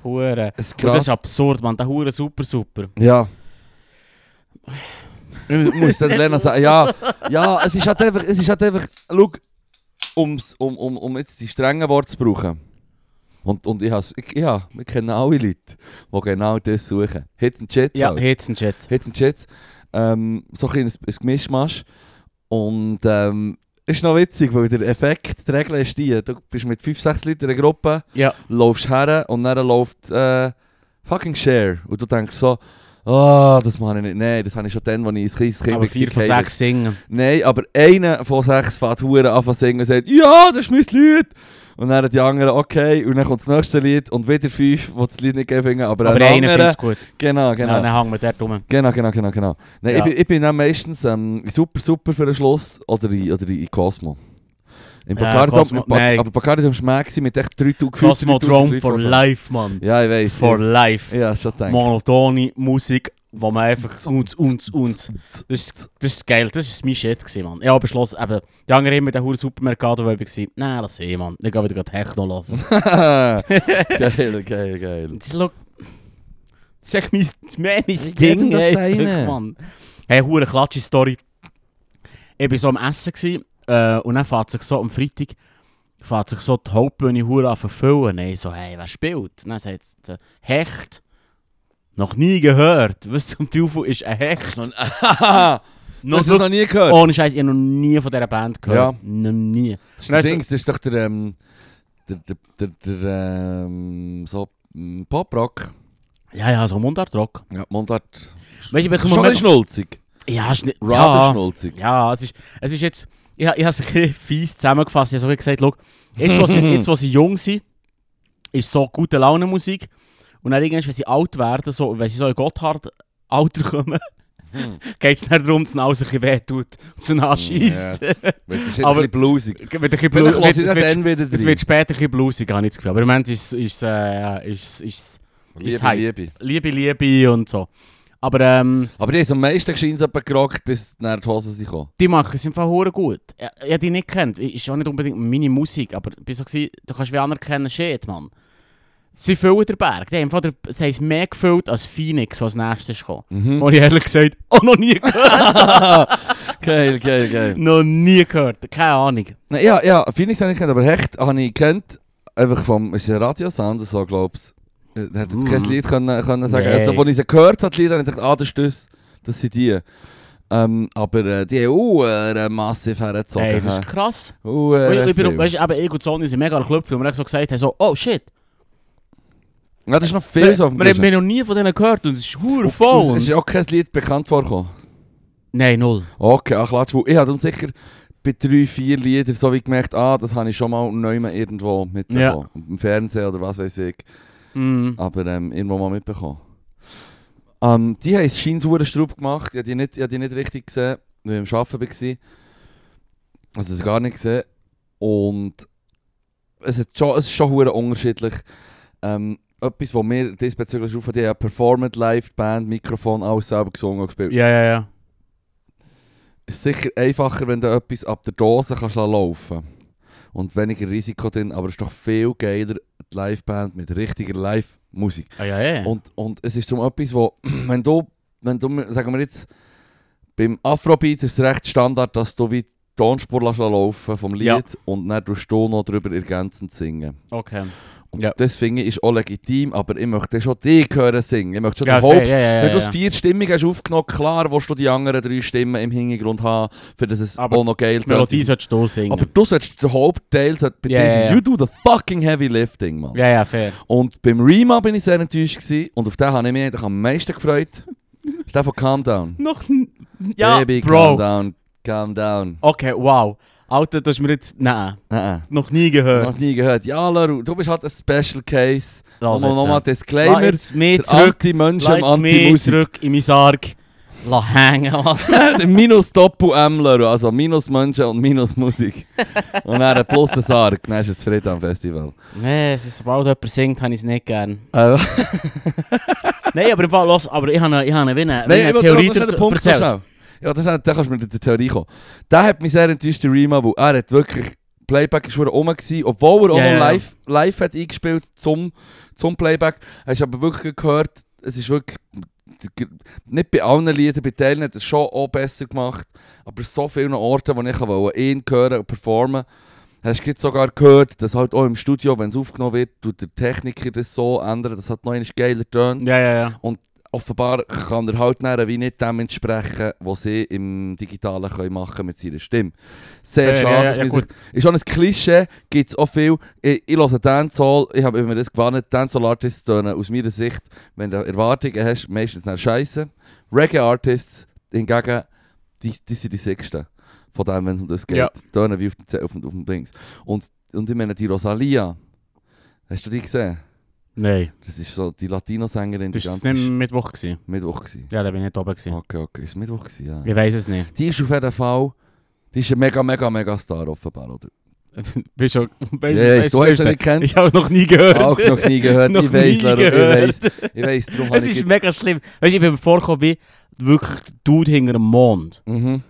Hure.
Es ist
Und das
krass.
ist absurd, man. Der Hure super, super.
Ja. Ich muss dann Lena sagen, ja, ja, es ist halt einfach, es ist halt einfach, schau, um's, um, um, um jetzt die strengen Worte zu brauchen. Und, und ich has, ich, ja, wir kennen alle Leute, die genau das suchen. Hits und Chats
Ja,
halt.
jetzt ein Chat.
Hits und Chats. Ähm, so ein, bisschen ein Gemischmasch. Und ähm, ist noch witzig, weil der Effekt, die Regel ist die, du bist mit 5-6 Leuten in einer Gruppe,
Ja.
läufst her und dann läuft äh, fucking Share. Und du denkst so, ah, das mache ich nicht. Nein, das habe ich schon dann, als ich ins kleines Kind
Aber vier von
gefallen.
sechs singen.
Nein, aber einer von sechs fährt Huren an zu singen und sagt, ja, das ist mein Lied. Und dann die anderen, okay. Und dann kommt das nächste Lied und wieder fünf, die das Lied nicht geil finden, aber,
Aber
ein
einer
anderer.
findet es gut.
Genau, genau.
Genau. Dann hängen wir dort rum.
Genau, genau, genau, genau. Nein,
nou. Ja.
ich, bin, ich bin dann meistens ähm, super, super für den Schluss oder in, oder in in Cosmo. Im
Ja,
Bacardi,
Cosmo,
im Ba-
nein.
aber Bacardi war schmeck mit echt 3000
Cosmodrome
4000
for
Leuten.
life, Mann.
Ja, ich weiß.
For life.
Ja, schon denkt.
Monotone Musik, wo man einfach uns, uns, uns. Das ist, das ist geil, das ist mein Shit gewesen, Mann. Ich habe beschlossen, eben, die anderen immer den Huren Supermercado, wo ich war, nein, lass sehen, Mann. Ich gehe wieder grad Techno
<laughs>
hören.
geil, geil, <laughs> geil.
Das ist, look, das ist echt mein, das ist mehr mein
Ich
Ding,
kann das
einfach,
sagen.
Mann. Hey, hure klatsche Story. Ich war so am Essen gewesen, äh, und dann fährt sich so am Freitag fährt sich so die Hauptbühne hure an verfüllen. Und ich so, hey, wer spielt? Und dann sagt sie, Hecht. Noch nie gehört. Was zum Teufel ist ein Hecht? <laughs>
Noch, hast du das noch nie gehört?
Ohne Scheiß, ich habe noch nie von dieser Band gehört.
dus Ja.
Noch nie.
Das ist, der
Weißt du-
Dus Dings, das ist doch der, ähm, der, der, der, der ähm, so, ähm, Poprock.
Ja, ja, so Mundartrock.
Ja, Mundart.
Weißt du, ich
Schon
bekomme
ein bisschen schnulzig.
Ja, ist nicht.
Rather
Ja,
schnulzig.
ja es, ist, es ist jetzt. Ich, ha- ich habe es <laughs> ein bisschen fies zusammengefasst. Ich habe so gesagt, schau,
<laughs>
jetzt, wo sie, jetzt, wo sie jung sind, ist so gute Laune Musik. Und dann irgendwann, wenn sie alt werden, so, wenn sie so in Gotthard-Alter <laughs> kommen,
Hm.
geht es dann darum, dass es ihnen alles ein bisschen wehtut und sie anschießt.
<laughs> Weil Das ist jetzt
Aber-
ein bisschen bluesig.
Wird ein bisschen blu-
Vielleicht
wird-
lasse ich
Es
das
wird-
dann wieder
es wird später ein bisschen bluesig, habe ich das Gefühl. Aber im Moment ist es ist, äh, ist, ist ist
Liebe,
hype.
Liebe.
Liebe, Liebe und so. Aber ähm,
Aber die haben es am meisten scheint gerockt, bis dann die Hosen sind gekommen.
Die machen es im Fall hure gut. Ich, ich hab die nicht kennt. Ist auch nicht unbedingt meine Musik, aber ich war so, gewesen, du kannst wie anerkennen, shit, Mann. Sie füllen den Berg. Die haben im Fall der- Sie haben es mehr gefüllt als Phoenix, was als nächstes ist <laughs> gekommen.
Mhm.
Wo ich ehrlich <laughs> gesagt auch noch nie gehört.
geil, geil, geil.
noch nie gehört. Keine Ahnung.
Nein, ja, ja, Phoenix habe ich gekannt, aber Hecht habe ich gekannt. Einfach vom, ist ein Radiosound oder so, glaube ich. Er hat jetzt kein
Mm.
Lied können, können sagen.
Nee.
Also, als ich sie gehört habe, die Lieder, habe ich gedacht, ah, das ist das. Das sind die. Ähm, aber äh, die haben auch äh, massiv hergezogen.
Ey, das
hä?
ist krass.
Uh,
Und
äh,
ich, ich bin,
viel.
weißt, eben, ich und Sony sind mega am Klopfen, weil wir so gesagt haben, so, oh shit.
ja, das ist noch
Wir,
viel so
wir,
auf dem
wir
Tisch.
haben noch nie von denen gehört und es ist hure
Und- und Es
voll.
ist auch kein Lied bekannt vorgekommen.
Nein, null.
Okay, ach, lass wohl. Ich habe dann sicher bei drei, vier Liedern so wie gemerkt, ah, das habe ich schon mal neu mal irgendwo mitbekommen. Im Fernsehen oder was weiß ich.
Mm.
Aber ähm, irgendwo mal mitbekommen. Ähm, die haben es scheinbar Strub gemacht. Ich habe die, nicht- ich habe die nicht richtig gesehen, weil ich am Arbeiten war. Also, es gar nicht gesehen. Und es, hat schon, es ist schon hure unterschiedlich. Ähm, etwas, was mir diesbezüglich aufhört, die haben performt live, die Band, Mikrofon, alles selber gesungen und gespielt.
Ja, ja, ja.
ist sicher einfacher, wenn du etwas ab der Dose kannst lassen laufen und weniger Risiko drin, aber es ist doch viel geiler, die Liveband mit richtiger Live-Musik.
Ah, ja, ja.
Und, und es ist darum etwas, wo, <clears throat> wenn du, wenn du, sagen wir jetzt, beim Afrobeat ist es recht Standard, dass du wie die Tonspur lässt laufen vom Lied
Ja.
und dann tust du noch darüber ergänzend singen.
okay.
Und
Ja.
das finde ich ist auch legitim, aber ich möchte schon dich hören singen. Ich möchte schon
Ja,
den Haupt
fair, ja, ja, ja,
wenn du es
ja.
vierstimmig hast aufgenommen, klar willst du die anderen drei Stimmen im Hintergrund haben, für das es
Aber
auch noch geil
Die Melodie solltest du singen.
Aber du solltest den Hauptteil sollte bei
Ja,
dir sein.
ja, ja.
You do the fucking heavy lifting, Mann.
ja, ja, fair.
Und beim Rima bin ich sehr enttäuscht gewesen, und auf den habe ich mich eigentlich am meisten
<laughs>
gefreut. Das ist der von Calm Down.
Noch n- Ja,
Baby, calm
Bro.
down, calm down.
Okay, wow. dus Alter, das ist mir jetzt... Nein,
Nein,
noch nie
noch
gehört.
nie gehört. Ja, Laru, du bist halt ein Special Case.
Lass
Nochmal,
jetzt,
nochmal
ja.
Disclaimer.
Lass jetzt mehr
der
zurück.
Anti-Mensch am
Lass jetzt mehr
Anti-Musik. <laughs>
zurück in meinen Sarg. Lass hängen, Mann.
minus Doppel M, Leru, also minus Menschen und minus
<laughs>
Musik. und dann ein plus ein Sarg, dann ist es Frieden am Festival.
Nee, es ist, sobald jemand singt, habe ich es nicht gern.
Äh,
Nein, aber im Fall, los, aber ich habe eine, ich habe eine, wie eine, wie
Nein,
eine
ich will
nou Theorie
noch schnell den
dazu.
Punkt
Erzähl's.
sagen. Ja, das da kannst du mit der Theorie kommen. Da hat mich sehr enttäuscht, der Rima, weil er hat wirklich Playback ist wieder rum gewesen, obwohl er auch
Ja,
noch
ja, ja.
live, live hat eingespielt zum, zum Playback. Hast aber wirklich gehört, es ist wirklich nicht bei allen Liedern, bei Teilen hat er es schon auch besser gemacht, aber so vielen Orten, wo ich wollte, ihn hören und performen, hast du jetzt sogar gehört, dass halt auch im Studio, wenn es aufgenommen wird, tut der Techniker das so ändern, das hat noch einen geiler Ton
Ja, ja, ja.
offenbar kann er halt näher wie nicht dem entsprechen, was sie im Digitalen können machen mit seiner Stimme. Sehr
Fair,
schade.
ja, ja,
dass
ja,
wir
gut.
sich- ist auch ein Klischee, gibt es auch viel. Ich, ich höre Dancehall, ich habe immer das gewarnt, Dancehall-Artists tönen aus meiner Sicht, wenn du Erwartungen hast, meistens nach Scheiße. Reggae-Artists hingegen, die, die sind die Sechsten. Von dem, wenn es um das geht.
Ja.
Tönen wie auf dem, Z- auf dem, auf dem Dings. Und, und ich meine, die Rosalia, hast du die gesehen?
Nein,
Das ist so die Latino-Sängerin, die
das war
ganze
nicht Mittwoch. Gewesen.
Mittwoch gewesen.
Ja, da bin ich nicht oben. Gewesen.
Okay, okay. Ist Mittwoch gewesen, ja.
Ich weiß es nicht. <laughs>
Die ist auf jeden Fall... Die ist ein mega, mega, mega Star offenbar, oder?
Bist du weißt,
Ja, du hast sie nicht kennt.
Ich habe noch nie gehört.
Auch noch nie gehört.
Noch
ich weiß,
nie
Laro,
gehört.
ich weiß. Ich weiß, darum habe
Es
ich...
ist
jetzt-
mega schlimm. Weißt du, ich bin mir vorgekommen wie wirklich der Dude hinter dem Mond.
Mhm.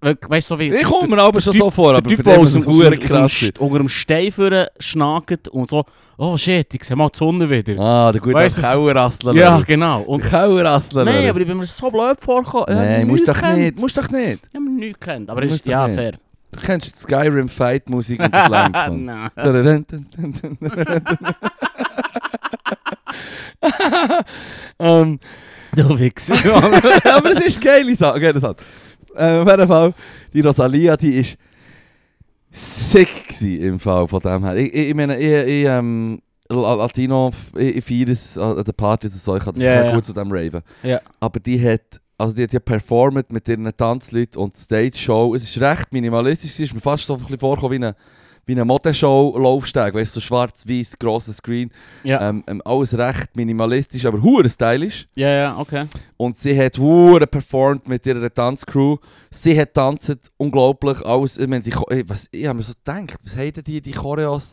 Wirklich, Weißt du, so wie.
Ich komme mir aber schon
Typ-
so vor,
der
aber für
Typ,
den ist
der aus,
es
dem- aus, dem-
verdammt
aus, dem
krass.
St- unter dem Stein vorne schnackt und so, oh shit, ich sehe mal die Sonne wieder.
Ah, der gute
Weißt du,
Kauerrassler.
ja, genau. Und,
Kauerrassler.
nein, aber ich bin mir so blöd vorgekommen. Ich hab
Nein,
mich
musst
nie
doch
gekannt.
nicht. Musst doch nicht.
Ich habe mich nicht gekannt, aber
Musst
ist
doch
ja
nicht.
fair.
Du kennst die
<laughs>
Skyrim-Fight-Musik und das Land.
Nein.
Mann. ähm,
Du Wichser, Mann. <laughs>
aber es ist eine geile Sache. Geile Sache. Ähm, auf jeden Fall, die Rosalia, die ist sick gewesen im Fall von dem her. Ich, ich, ich meine, ich, ich ähm, La- Latino, eh, ich, ich feiere es an an den Partys und so, ich kann das
Ja,
sehr
ja.
gut zu dem raven.
Ja.
Aber die hat, also die hat ja performt mit ihren Tanzleuten und Stage-Show. Es ist recht minimalistisch, es ist mir fast so ein bisschen vorgekommen wie eine, wie eine Modeshow-Laufsteg, weißt du, so schwarz weiß grosser Screen.
Ja.
Ähm, ähm, alles recht minimalistisch, aber hure stylisch.
ja, ja, okay.
Und sie hat hure performt mit ihrer Tanzcrew. Sie hat tanzt unglaublich alles. Ich meine, die Cho- ey, was, ich habe mir so gedacht, was haben denn die, die Choreos?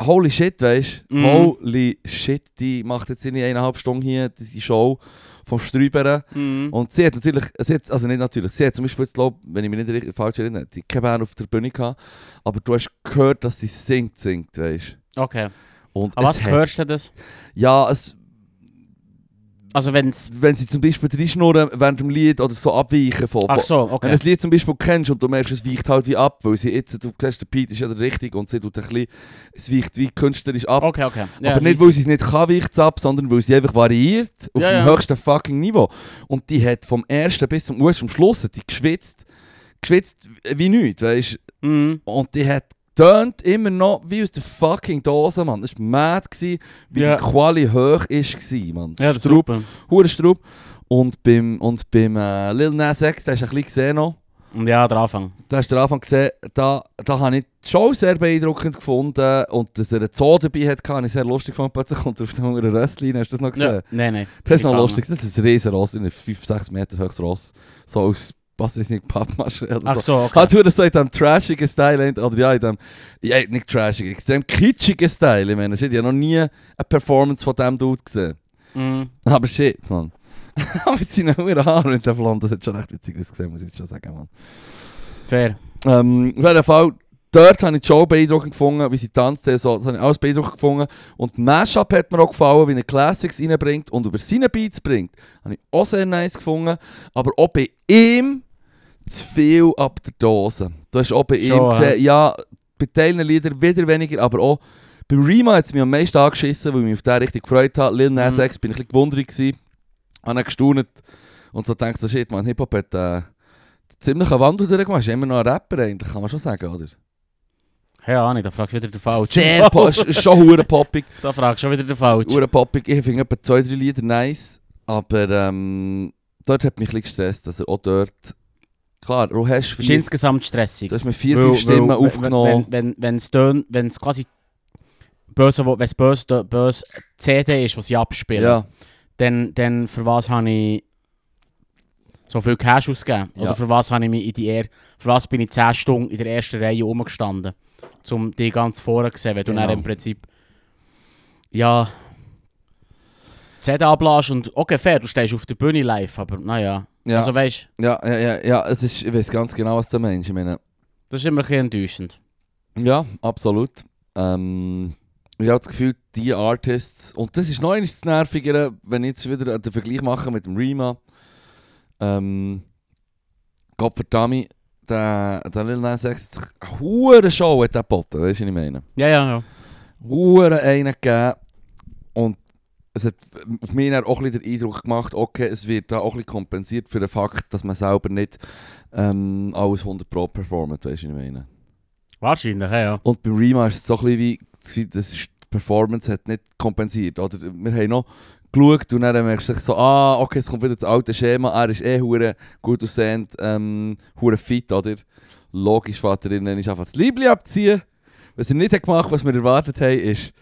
Holy shit, weißt du?
Mhm.
Holy shit, die macht jetzt in eineinhalb Stunden hier die die Show vom Strüberen.
Mhm.
Und sie hat natürlich, sie hat, also nicht natürlich, sie hat zum Beispiel, jetzt, glaub, wenn ich mich nicht richtig- falsch erinnere, die keine Band auf der Bühne gehabt, aber du hast gehört, dass sie singt, singt, weißt
Okay.
du? Und
Aber
es
was
hat-
hörst du das?
Ja, es,
Also wenn es...
wenn sie zum Beispiel reinschnurren während dem Lied oder so abweichen von, von
Ach so,
Wenn
okay.
du das Lied zum Beispiel kennst und du merkst, es weicht halt wie ab, weil sie jetzt, du siehst, der Pete ist ja der Richtige und sie tut ein bisschen, es weicht wie künstlerisch ab.
Okay, okay. Ja,
aber nicht,
easy.
weil sie es nicht kann, weicht es ab, sondern weil sie einfach variiert auf
Ja,
dem
ja.
höchsten fucking Niveau. Und die hat vom ersten bis zum Ur- zum Schluss hat die geschwitzt, geschwitzt wie nichts, weißt
Mhm.
Und die hat tönt immer noch wie aus der fucking Dose, Mann. Das war mad, gewesen, wie
Ja.
die Quali hoch war, Mann.
Ja, das ist
Strupp-
super.
Hurenstrub. Und beim, und beim äh, Lil Nas X, den hast du ein bisschen gesehen noch.
Und ja, der Anfang.
Da hast du den Anfang gesehen, da, da habe ich die Show sehr beeindruckend gefunden. Und dass er einen Zoo dabei hatte, habe ich sehr lustig gefunden. Plötzlich kommt er auf den Hunger Rösslein, hast du das noch gesehen?
Ja. Nein, nein.
Das ist noch
Ich kann
lustig, das ist ein riesen Ross, ein 5-6 Meter hohes Ross. So aus, was ist nicht, Pappmasche oder
Ach
so.
so, okay.
Hat du so in diesem trashigen Style, in- oder ja, in diesem, ja, nicht trashigen, extrem kitschigen Style. Ich meine, shit, ich habe noch nie eine Performance von diesem Dude gesehen.
Mhm.
Aber shit, Mann. <laughs> mit seinen hohen Haaren und den Flamme, das hat schon echt witzig ausgesehen, muss ich jetzt schon sagen, Mann.
Fair.
Ähm, auf jeden Fall, dort habe ich die Show beeindruckend gefunden, wie sie tanzt, so, das habe ich alles beeindruckend gefunden. Und die Mashup hat mir auch gefallen, wie er Classics reinbringt und über seine Beats bringt. Habe ich auch sehr nice gefunden, aber auch bei ihm zu viel ab der Dose. Du hast auch bei ihm
Schon,
gesehen, ja, bei Teilen Lieder wieder weniger, aber auch beim Rima hat es mich am meisten angeschissen, weil ich mich auf den richtig gefreut habe. Lil Nas
Mhm.
X bin ich ein bisschen gewundert gewesen, habe dann gestaunt und so denkt so, shit, man, Hip-Hop hat äh, ziemlich einen Wandel durchgemacht. Ist immer noch ein Rapper eigentlich, kann man schon sagen, oder?
Keine Ahnung, da fragst du wieder den Falschen. <laughs>
Sehr po- ist schon hure poppig.
Da fragst du schon wieder den Falschen.
Hure poppig. Ich finde etwa zwei, drei Lieder nice, aber ähm, dort hat mich ein bisschen gestresst, dass er auch dort... Klar, du hast...
ist insgesamt stressig.
Du hast mir vier, fünf Stimmen aufgenommen.
Wenn es wenn, wenn's tönt- wenn's quasi böse, wo- wenn's böse, tö- böse CD ist, was sie abspielen,
ja,
dann, dann für was habe ich so viel Cash ausgegeben?
Ja.
Oder für was habe ich mich in die er für was bin ich 10 Stunden in der ersten Reihe rumgestanden? Um die ganz vorne zu sehen, wenn du
Genau.
dann im Prinzip ja CD ablässt und okay, fair, du stehst auf der Bühne live, aber naja.
ja,
Also weißt
ja, ja, ja, ja, es ist, ich weiß ganz genau, was du meinst. Ich meine,
das ist immer ein bisschen enttäuschend.
Ja, absolut. Ähm, ich habe das Gefühl, die Artists, und das ist noch eines das Nervigere, wenn ich jetzt wieder den Vergleich mache mit dem Rima. Ähm, Gottverdammt, der, der Lil Nas X hat sich eine hure Show hat er geboten, weißt du, was ich meine?
Ja, ja, ja.
Hure einen gegeben. Und es hat auf mich dann auch ein bisschen den Eindruck gemacht, okay, es wird da auch ein bisschen kompensiert für den Fakt, dass man selber nicht ähm, alles 100 Pro performt, weißt du, was ich meine?
Wahrscheinlich, ja, ja.
Und beim Rima ist es so ein bisschen wie, gewesen, das ist, die Performance hat nicht kompensiert. Oder wir haben noch geschaut und dann merkst du sich so, ah, okay, es kommt wieder das alte Schema, er ist eh hure gut aussehend, ähm, hure fit, oder? Logisch, Vaterinnen ist einfach das Liebling abziehen. Was er nicht hat gemacht was wir erwartet haben, ist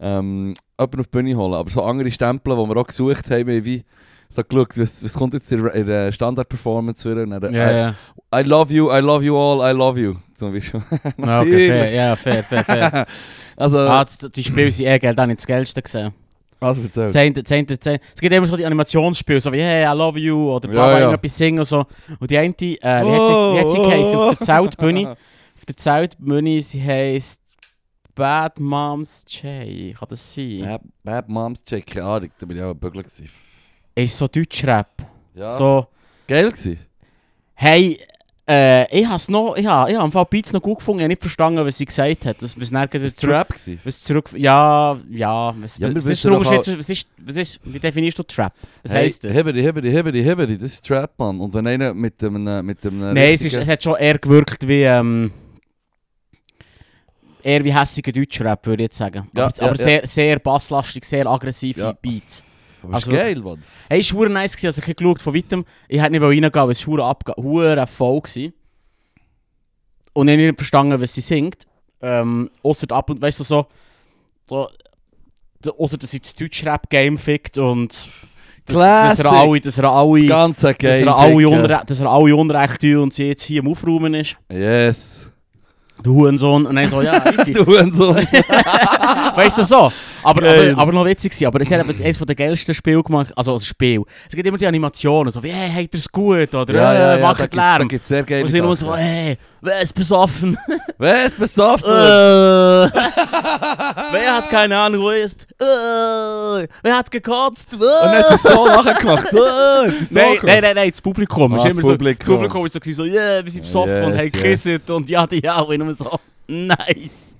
ähm, jemanden auf die Bühne holen. Aber so andere Stempel, die wir auch gesucht haben, wir haben wie so geschaut, was, was kommt jetzt in der- in der Standard-Performance wieder? Und dann,
Ja,
I,
ja.
<laughs> I love you, I love you all, I love you. Zum Beispiel. <laughs>
Ja, okay,
Natürlich.
fair, ja, fair, fair, fair.
<laughs> also,
ah, das- die Spiele sind eh Geld, da habe ich das Geldste gesehen.
also erzähl.
Zehnte, zehnte, zehnte. Es gibt immer so die Animationsspiele, so wie Hey, I love you oder bla
Ja,
bla,
ja.
irgendetwas singen und so. Und die eine, äh, wie hat sie,
Oh,
wie hat sie
oh,
geheißen?
oh.
Auf
<laughs>
der Zeltbühne. Auf der Zeltbühne, sie heisst Bad Moms J. Kann das sein?
Bad, Bad Moms Check, keine Ahnung, da bin ich auch ein Bögel gewesen.
Ist so Deutschrap.
Ja.
So,
Geil gewesen.
hey, Äh, ich habe es noch, ich habe, ich habe am Fall Beats noch gut gefunden, ich habe nicht verstanden, was sie gesagt hat. Was, was dann wieder zurück,
Trap gewesen.
was zurück, ja, ja, was,
Ja, wir
was,
wissen
ist der
doch
Unterschied
auch-
zwischen- was ist, was ist, wie definierst du Trap? Was
Hey,
heisst das?
Heberi, heberi, heberi, heberi, das ist Trap, Mann. Und wenn einer mit dem... äh, Mit dem
Nein, es, ist, es hat schon eher gewirkt wie, ähm, eher wie hässiger Deutschrap, würde ich jetzt sagen.
Ja,
aber
ja,
aber
ja.
sehr, sehr basslastig, sehr aggressive
Ja.
Beats.
Aber
also-
ist geil, Mann.
Hey, es war verdammt nice, gewesen, als ich ein bisschen geschaut von weitem. Ich hätte nicht reingehen wollen, weil es war verdammt abge- verdammt voll war. Und ich habe nicht verstanden, was sie singt. Ähm, Außer ab und weißt du so, so d- außer dass sie das Deutschrap-Game fickt und dass, dass er
Classic.
alle, dass er alle,
Das ganze
dass
Game.
er alle,
ficken.
unre dass er alle Unrecht tut und sie jetzt hier am Aufräumen ist.
Yes.
Du Hurensohn. Und dann so, <laughs> ja, easy.
Du Hurensohn.
Weißt du so? Aber,
Geil.
aber, aber noch witzig gewesen. Aber es hat eben jetzt eines der geilsten Spiele gemacht. Also, das Spiel. Es gibt immer die Animationen, so wie, hey, habt ihr es gut? Oder, äh,
da
macht
gibt's- da
Lärm.
gibt's sehr geile
Und sie sind immer so,
Sachen.
hey, wer ist <laughs> besoffen?
Wer ist besoffen?
Äh. <laughs> wer hat keine Ahnung, wo er ist? Äh. Wer hat gekotzt? Äh.
Und dann hat sie so
<laughs>
nachgemacht. Äh, hat sie so
Nein,
gemacht.
nein, nein, nein, das Publikum.
Ah,
ist
das
immer so,
Publikum.
das Publikum ist so, gewesen, so yeah, wir sind besoffen
Yes,
und haben
yes.
gekisset und ja, die ja. Und ich nur so, nice.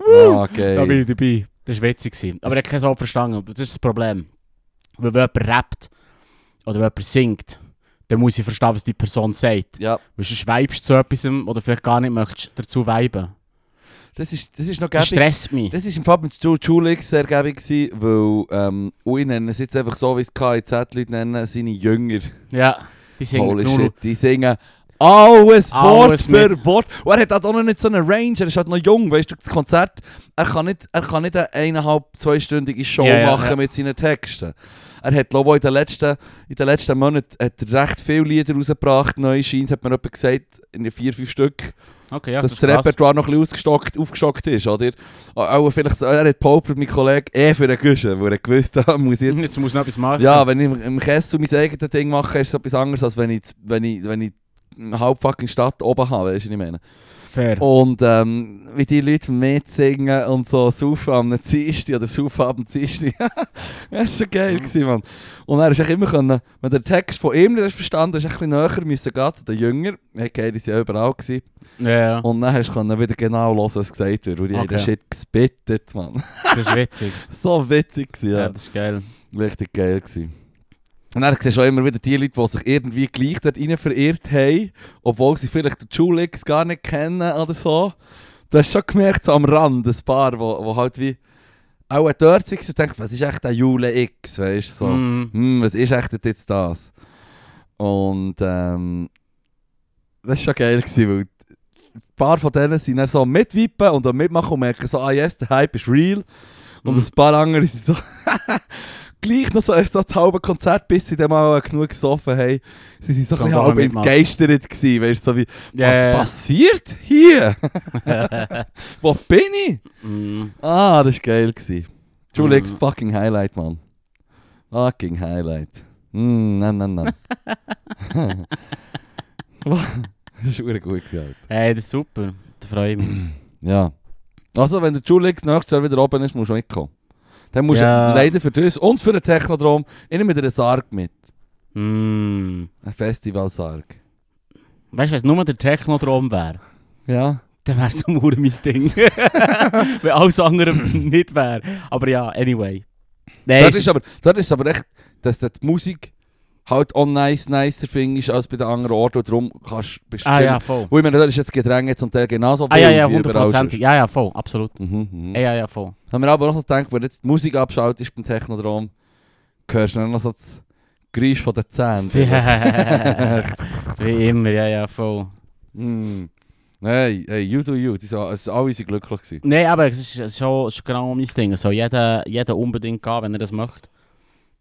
Ah,
Da bin
geil.
ich dabei. Das war witzig. gewesen. Aber ich habe kein Wort verstanden. Und Das ist das Problem. Weil wenn jemand rappt oder wenn jemand singt, dann muss ich verstehen, was die Person sagt.
Ja,
Weil sonst weibst du zu etwas oder vielleicht gar nicht möchtest dazu weiben.
das ist, das ist noch
Das
gäbig.
stresst mich.
Das war im Fall mit Ju- Julix sehr gäbig, gewesen, weil, ähm, und ich nenne es jetzt einfach so, wie es KIZ-Leute nennen, seine Jünger.
Ja, die singen
Holy
nur
shit, die singen alles Wort
Alles mit-
für Wort. Und er hat halt auch noch nicht so eine Range, er ist halt noch jung, weißt du, das Konzert, er kann nicht, er kann nicht eine eineinhalb, zweistündige Show
Ja, ja,
machen
ja.
mit seinen Texten. Er hat, glaube ich, in den letzten, in den letzten Monaten hat er recht viele Lieder rausgebracht, neue Scheins, hat mir jemand gesagt, in vier, fünf Stück
Okay, ja,
dass
das
das
ist krass.
Repertoire noch ein bisschen ausgestockt, aufgestockt ist, oder? Auch vielleicht, so- er hat Pauper, mein Kollege, eh für den Guschen, wo er gewusst <laughs> hat, muss ich
<laughs>
jetzt...
Jetzt muss noch etwas machen.
Ja, wenn ich im- im Kessel mein eigenes Ding mache, ist es etwas anderes, als wenn ich, z- wenn ich, wenn ich eine halbe fucking Stadt oben habe, weißt du, was ich meine?
fair.
Und ähm, wie die Leute mitsingen und so saufen am Dienstag oder saufen am Dienstag. <laughs> das war schon geil, gewesen, Mann. Und er ist echt immer können, wenn der Text von ihm nicht hast verstanden hast, ein bisschen näher müssen gehen zu den Jüngern. Okay, die waren ja überall. Gewesen.
Ja, ja,
Und dann hast du können wieder genau hören, was gesagt wird. Und die haben
Okay.
den Shit gespittet, Mann. <laughs>
das ist witzig.
so witzig gewesen,
ja.
ja.
das ist geil.
Richtig geil gewesen. Und dann siehst du auch immer wieder die Leute, die sich irgendwie gleich dort rein verirrt haben, obwohl sie vielleicht den Julix gar nicht kennen oder so. Du hast schon gemerkt, so am Rand ein paar, wo, wo halt wie auch dort sind und denkt, was ist echt der Jule X, weißt du? So.
Mm.
hm, was ist echt jetzt das? Und ähm, das war schon geil, gewesen, weil ein paar von denen sind dann so mitwippen und am Mitmachen und merken so, ah yes, der Hype ist real. Und
Mhm.
ein paar andere sind so, <laughs> gleich noch so, so das halbe Konzert, bis sie dann mal genug gesoffen haben, sie sind so ein bisschen
Dann doch noch
halb
mitmachen.
entgeistert gewesen, weißt du, so wie,
Ja,
was passiert hier? <laughs> Wo bin ich?
Mm.
Ah, das war geil. Gewesen. Julie X
Mhm.
fucking Highlight, Mann. Fucking Highlight. Mm, nam, nam, nam.
<laughs>
Wa- das ist wirklich gut gewesen, Alter.
Hey, das ist super. Da freue ich mich.
Ja. Also, wenn der Julie X nächstes Jahr wieder oben ist, musst du mitkommen. Dann musst
Ja.
du leider für das und für den Technodrom immer mit einer Sarg mit.
Mm.
Ein Festivalsarg.
Weißt du, wenn es nur der Technodrom wäre?
Ja.
Dann wäre es nur mein Ding. <laughs> Wenn alles andere nicht wäre. Aber ja, anyway. Nein,
Dort
es-
ist, aber, dort ist aber echt, dass die Musik halt on nice nicer findest als bei den anderen Orten und darum kannst, bist du
ah
chillig.
ja, voll.
Wo ich meine, da ist jetzt Gedränge zum Teil genauso
Ah
wild
ja, ja,
wie überall
hundertprozentig. Ja, ja, voll. Absolut.
sonst. Mhm, mhm.
Ja, ja, ja, voll.
Haben wir aber noch so gedacht, wenn jetzt die Musik abschaltest beim Technodrom, hörst du dann noch so das Geräusch von den Zähnen.
<laughs> Wie immer, ja, ja, voll.
mm. Hey, hey, you do you. Die sind, es sind alle sind glücklich gewesen.
Nein, aber es ist schon, es ist genau mein Ding. So, jeder, jeder unbedingt gehen, wenn er das möchte.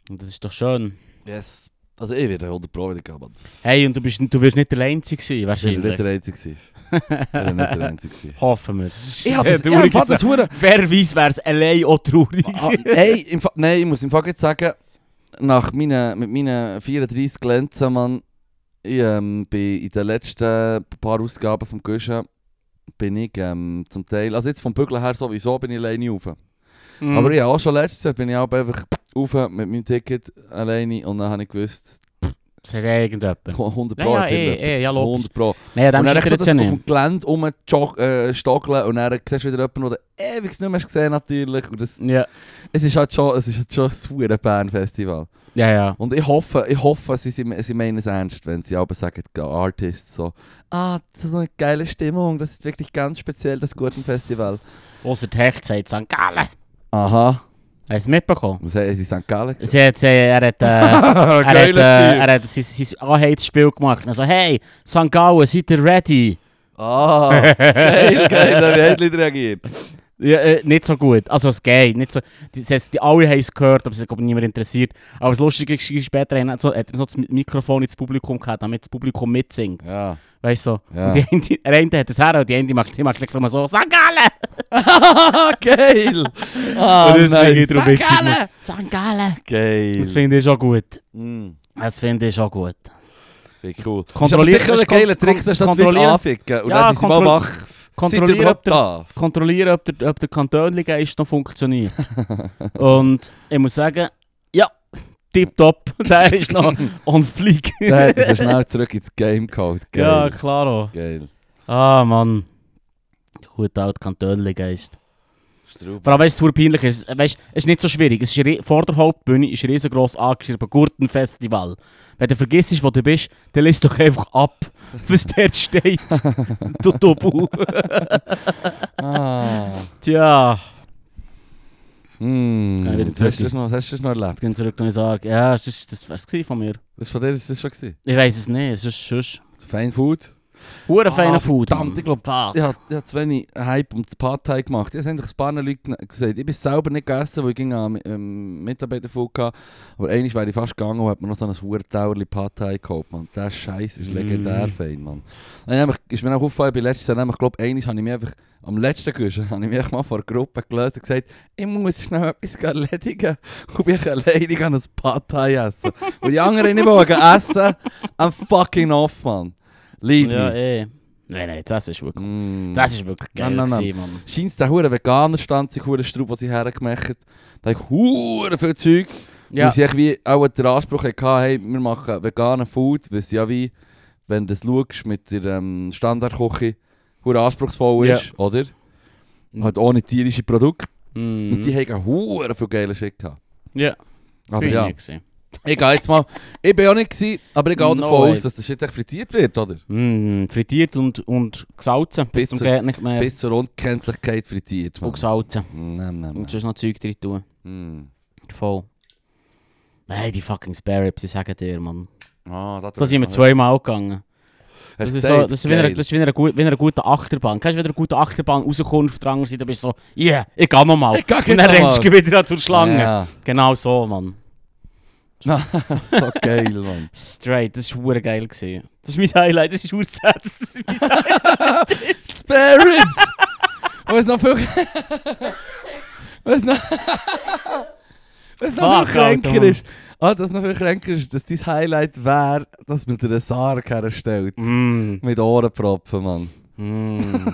Und das ist doch schön.
Yes. Also ich werde 100 Pro wieder gehen, Mann.
Hey, und du, bist, du wirst nicht der Einzige sein,
Ich bin nicht der
wahrscheinlich.
Einzige gewesen.
<laughs>
Ich bin nicht der Einzige gewesen.
Hoffen wir.
Ich hab das,
dus-
ich hab im Fall das Hure-
Fairerweise wäre es allein auch traurig.
Ah, ey, im Fa- nein, ich muss im Fall jetzt sagen, nach meinen, mit meinen 34 Glänzen, Mann, ich ähm, bin in den letzten paar Ausgaben vom Guschen, bin ich ähm, zum Teil, also jetzt vom Bügeln her sowieso, bin ich alleine rauf.
Mm.
Aber ja, auch schon letztes Jahr bin ich auch einfach rauf mit meinem Ticket alleine und dann habe ich gewusst, pff,
Sagt ja irgendjemand.
100 Pro.
Ja, ja,
jetzt
eh,
immer.
eh, ja, logisch.
100 Pro.
Nein,
Und
dem
dann
scheitert
kannst du
es ja
auf
nicht.
dem Gelände rumstockeln und dann siehst du wieder jemanden, den du ewig nicht mehr gesehen hast, natürlich. Und das,
Ja,
es ist halt schon, es ist halt schon ein super Bern-Festival.
ja, ja.
Und ich hoffe, ich hoffe sie, sie, sie meinen es ernst, wenn sie aber sagen, die Artists so, ah, das ist eine geile Stimmung, das ist wirklich ganz speziell, das gute Festival.
Außer die Hecht sagt St. Gallen.
Aha.
Hast du es mitbekommen?
Was haben sie St. Gallen <laughs> gesagt?
Sie hat, sie, er hat, äh, er hat, äh,
Geiles Ziel.
er hat sein, sein Anheitsspiel gemacht. Also, hey, St. Gallen, seid ihr ready?
Ah, geil, geil, da haben die Leute reagiert.
Ja, äh, nicht so gut. Also es geht. Nicht so, die, das heisst, die alle haben es gehört, aber es hat glaub ich, niemand interessiert. Aber das Lustige ist, später haben, so, hat er so das Mi- Mikrofon ins Publikum gehabt, damit das Publikum mitsingt.
Ja.
Weißt du? So.
Ja.
Und die eine, der eine hat das her und die andere macht, die macht gleich mal so «St. Gallen!» <laughs>
geil! Ah,
Und das finde
nice.
ich darum
St.
witzig.
Gallen.
Mann. «St. Gallen!»
Geil.
Das finde ich schon gut.
Mm.
Das finde ich schon gut.
Finde ich cool.
Kontrolliert-
ist aber
das
sicher
kon-
ein geiler
kon-
Trick, dass du die Leute
kontrolliert-
anficken und
Ja,
dann sind sie mal
kontroll-
wach. Sind sie
Kontrollieren, ob
überhaupt
der,
da?
kontrollieren, ob der, ob der Kantönligeist noch funktioniert. und ich muss sagen, ja, tipptopp. <laughs> Der ist noch
<laughs>
on fleek.
Der
<laughs>
hat so schnell zurück ins Game geholt. Geil.
Ja, klaro.
Geil.
Ah, Mann. Gut, alt Kantönligeist.
Straub.
Vor allem, weißt du, was peinlich ist? Weißt, es ist nicht so schwierig. Es ist ri- vor der Hauptbühne ist riesengroß angeschrieben, Gurtenfestival. Wenn du vergisst, wo du bist, dann liest doch einfach <laughs> ab, was dort steht.
<laughs>
du Tobu.
Ah.
Tja.
Hm.
Kann ich wieder
Hast du das
zurück?
noch- hast du das noch erlebt?
Jetzt gehen wir zurück und ich sage, ja, das ist- das war's gewesen von mir.
Das von dir ist das schon gewesen.
Ich weiß es nicht, es ist sonst...
Fine Food.
Hure
Ah,
feiner Food.
verdammt,
Mann.
ich glaub,
Fuck.
Ich habe hab zu wenig Hype um das Pad Thai gemacht. Ich habe eigentlich ein paar Leute gena- gesagt. Ich bin selber nicht gegessen, weil ich ging an ähm, Mitarbeiter hatte. Aber eigentlich wäre ich fast gegangen und habe mir noch so ein Hurentauerli Pad Thai geholt. Mann. Der Scheiß ist
Mm.
legendär fein, Mann. Dann nämlich, ist mir auch aufgefallen, bei letztes Jahr, nämlich, ich glaube, eigentlich habe ich mich einfach am letzten Guschen, <laughs> habe ich mich mal vor der Gruppe gelöst und gesagt, ich muss schnell etwas erledigen. <laughs> Und bin ich alleine an ein Pad Thai
<laughs>
essen. Weil die anderen nicht wollen essen. I'm fucking off, Mann. Leave
Ja,
me.
eh. Nein, nein, das ist wirklich...
Mm.
Das ist wirklich geil
Nein, nein, nein.
gewesen, Mann.
Scheint es der hure Veganer stand sich hure Strub, was sie hergemacht hat. Da habe ich hure viel Zeug. Ja.
Ja.
Weil sie echt wie auch den Anspruch hatten, hey, wir machen veganen Food, weil sie ja wie, wenn du das schaust mit der ähm, Standardküche, hure anspruchsvoll
Ja.
ist, oder?
Mhm.
Halt ohne tierische Produkte.
Mhm.
Und die haben hure viel geilen Shit gehabt.
Ja,
Aber
bin ich
ja,
nicht gewesen.
ich gehe jetzt mal, ich bin auch nicht gewesen, aber ich gehe auch
No
davon
way.
aus, dass das Shit echt frittiert wird, oder?
Mm, frittiert und, und gesalzen. Bis zum
Bisschen-
Geht nicht mehr.
Bis zur Unkenntlichkeit frittiert, Mm,
Und
Mann.
gesalzen.
Nein, nein,
Und
nein.
sonst noch Zeug drin tun.
Hm.
Voll. Nein, die fucking Spare Ribs, ich sage dir, Mann.
Ah, das
Da sind wir
Hast
zweimal gegangen.
du
Das ist,
gesagt?
so, das ist wie
Geil.
eine, das ist wie eine, gut- wie eine gute Achterbahn. Kennst du, wenn du eine gute Achterbahn rauskommst auf der anderen Seite, bist du so, yeah, ich geh nochmal.
Ich geh
Und dann
jetzt
rennst du wieder zur Schlange. <laughs>
Ja.
Genau so, Mann.
<laughs> so geil, Mann.
Straight, das war geil. Gewesen. Das ist mein Highlight, das ist hure sad, dass das mein Highlight
Spare Ribs!
<laughs>
Was noch <laughs> viel. Was noch. Was noch
Fuck,
viel kränker
Alter,
ist. Ah, das noch viel kränker ist, dass dein Highlight wäre, dass man dir einen Sarg herstellt.
Mm.
Mit Ohrenpropfen, Mann.
Mm.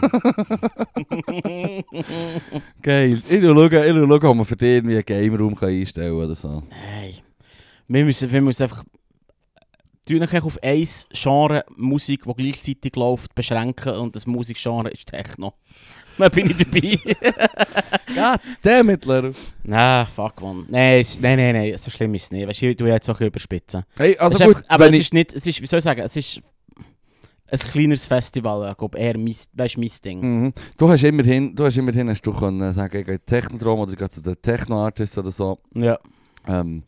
Geil. Ich schau, ich schau, ob man für dich irgendwie einen Game-Raum kann einstellen kann oder so.
Hey. Wir müssen, wir müssen einfach... äh, Tun euch auf ein Genre Musik, die gleichzeitig läuft, beschränken und das Musikgenre ist Techno. <laughs> Dann bin ich dabei.
God damn it, Leru.
<laughs> Nein, fuck man. Nein, es- nein, nein, nein, so schlimm ist es nicht. Weißt du, du jetzt auch ein bisschen überspitzen.
Hey, also
es ist
gut,
einfach, aber
wenn
es
ich-
ist nicht, es ist, wie soll ich sagen, es ist ein kleineres Festival, ich glaube, eher mein, weißt, mein Ding.
Mhm. Du hast immerhin, du hast immerhin hast du können sagen, ich gehe Technodrom oder ich gehe zu den Techno-Artists oder so.
Mm. Ja.
Ähm,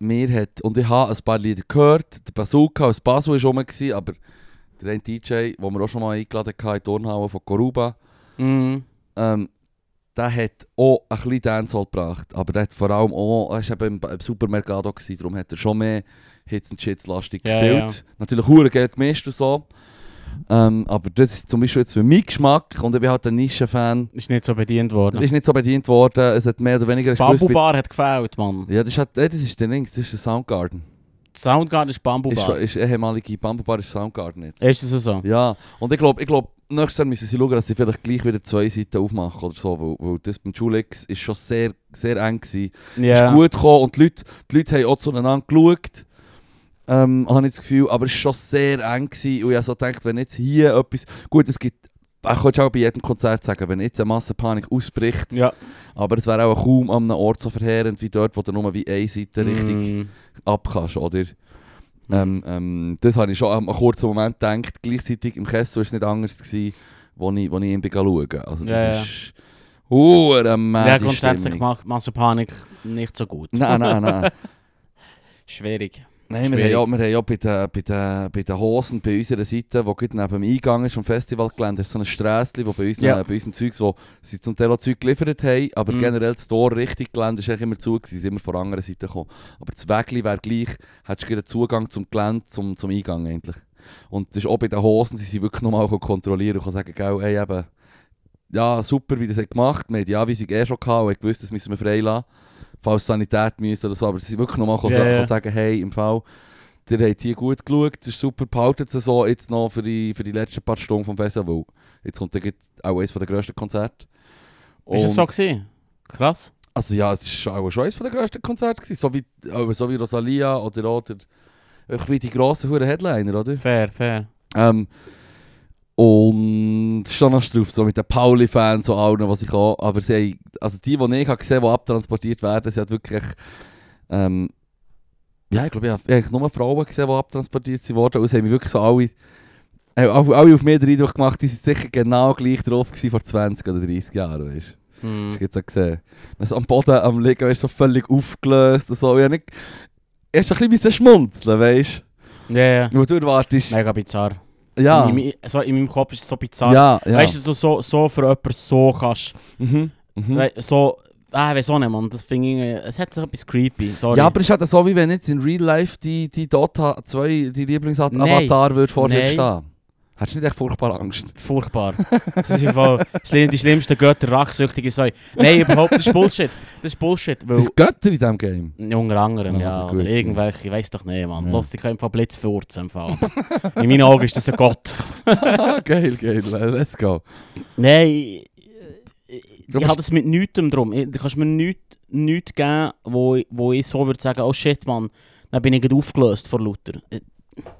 mir hat, und ich habe ein paar Lieder gehört, der Bazooka aus Basel war rum, gewesen, aber der eine DJ, den wir auch schon mal eingeladen hatten, in die Turnhalle von Coruba,
Mhm.
ähm, der hat auch ein bisschen Dancehall gebracht, aber der hat vor allem auch, er war eben im Supermercado, gewesen, darum hat er schon mehr Hits und Shits lastig
Ja,
gespielt. Natürlich hure Geld gemischt und so. Ähm, aber das ist zum Beispiel jetzt für meinen Geschmack und ich bin halt ein Nischenfan.
Ist nicht so bedient worden.
Ist nicht so bedient worden, es hat mehr oder weniger... hast du gewusst, bei-
Bambubar hat gefällt, Mann.
Ja, das ist, halt, äh, das ist der Links, das ist der Soundgarden.
Soundgarden ist
Ist,
Bambubar. Ist,
ist ehemalige Bambubar ist Soundgarden jetzt.
das so?
Ja, und ich glaube, ich glaub, nächstes Jahr müssen sie schauen, dass sie vielleicht gleich wieder zwei Seiten aufmachen oder so, weil, weil das beim Julix ist schon sehr, sehr eng gewesen.
Ja.
Ist gut gekommen und die Leute, die Leute haben auch zueinander geschaut. ähm, habe ich das Gefühl. Aber es war schon sehr eng. Gewesen. Und ich habe so gedacht, wenn jetzt hier etwas... Gut, es gibt... Ich könnte auch bei jedem Konzert sagen, wenn jetzt eine Massenpanik ausbricht,
Ja.
aber es wäre auch kaum an einem Ort so verheerend wie dort, wo du nur wie eine Seite richtig
Mm.
abkannst, oder? Ähm, ähm, das habe ich schon am- einen kurzen Moment gedacht. Gleichzeitig im Kessel war es nicht anders, gewesen, wo, ich, wo ich ihn bin schauen ging. Also das
Ja, ja.
ist... Hure
Ja,
mad, Ah, die
grundsätzlich
Stimmung.
macht Massenpanik nicht so gut.
Nein, nein, nein.
Schwierig.
Nein, wir haben,
Schwierig.
ja, wir haben ja bei den, bei, den, bei den Hosen bei unserer Seite, die gerade neben dem Eingang ist vom Festivalgelände, ist so ein Strässchen, wo bei, uns,
Ja.
bei unserem Zeugs, wo sie zum Teil auch Zeug geliefert haben, aber
Mhm.
generell das Tor richtig Gelände ist eigentlich immer zu, gewesen, sind immer von der anderen Seite gekommen. Aber das Wegli wäre gleich, hättest du gerade Zugang zum Gelände, zum, zum Eingang eigentlich. Und das ist auch bei den Hosen, sie sind wirklich nochmal kontrollieren und sagen, gell, ey, eben, ja, super, wie das hat gemacht. Wir haben die Anweisung eh schon gehabt und haben gewusst, das müssen wir freilassen. Falls Sanität müsste oder so, aber sie sind wirklich nochmal
Ja, ja.
yeah. sagen, hey, im Fall, ihr habt hier gut geschaut, das ist super, behaltet es so jetzt noch für die, für die letzten paar Stunden vom Festival. weil Jetzt kommt dann gleich auch eines der grössten Konzerte.
Ist das so
Und-
gewesen? Krass.
also ja, es ist auch schon eines der grössten Konzerte gewesen, so wie, aber so wie Rosalia oder, oder ich wie die grossen Huren Headliner, oder?
Fair, fair.
Ähm, und schon noch drauf, so mit den Pauli-Fans und allen, was ich auch. Aber sie haben, also die, die ich habe gesehen habe, die abtransportiert werden, sie hat wirklich. Ähm, ja, ich glaube, ich habe eigentlich nur Frauen gesehen, die abtransportiert wurden. Und es haben mich wirklich so alle. äh, Alle, alle auf mir den Eindruck gemacht, die sind sicher genau gleich drauf gewesen vor 20 oder 30 Jahren, weißt du?
Hm.
Hast du jetzt auch gesehen? Das am Boden, am Liegen, weißt du, so völlig aufgelöst und so. Ich habe nicht... Erst ein bisschen müssen schmunzeln, weißt
Ja, ja.
du? Weil du erwartest...
Mega bizarr.
Ja,
In, meinem- so, in meinem Kopf ist es so bizarr.
ja, ja.
Weißt du, so, so, so für jemanden so kannst.
Mhm. Mhm.
Wei- So, ah, wieso nicht, Mann? Das finde ich, irgendwie- es hat sich etwas creepy. Sorry.
Ja, aber es ist halt so, wie wenn jetzt in Real Life die, die Dota 2, die Lieblingsavatar, würde vor dir
Nein.
stehen. Hättest du nicht echt furchtbar Angst?
Furchtbar. Das ist im
<laughs>
Fall schlimm, die schlimmsten Götter, rachsüchtige Säue. Nein, überhaupt, das ist Bullshit. Das ist Bullshit, weil...
Sind es Götter in diesem Game? <laughs>
Unter anderem,
Ah,
ja.
also gut,
oder
ja.
irgendwelche, ich weiß doch nicht, Mann.
Ja.
Lass dich einfach Blitzfurzen im Fall. <laughs> In meinen Augen ist das ein Gott.
Ah, geil, geil. Let's go.
Nein, ich, ich,
Du
ich
bist-
habe das mit nichts drum. Ich- Du kannst mir nichts nicht geben, wo, ich- wo ich so würde sagen, oh shit, Mann, dann bin ich gerade aufgelöst vor Luther.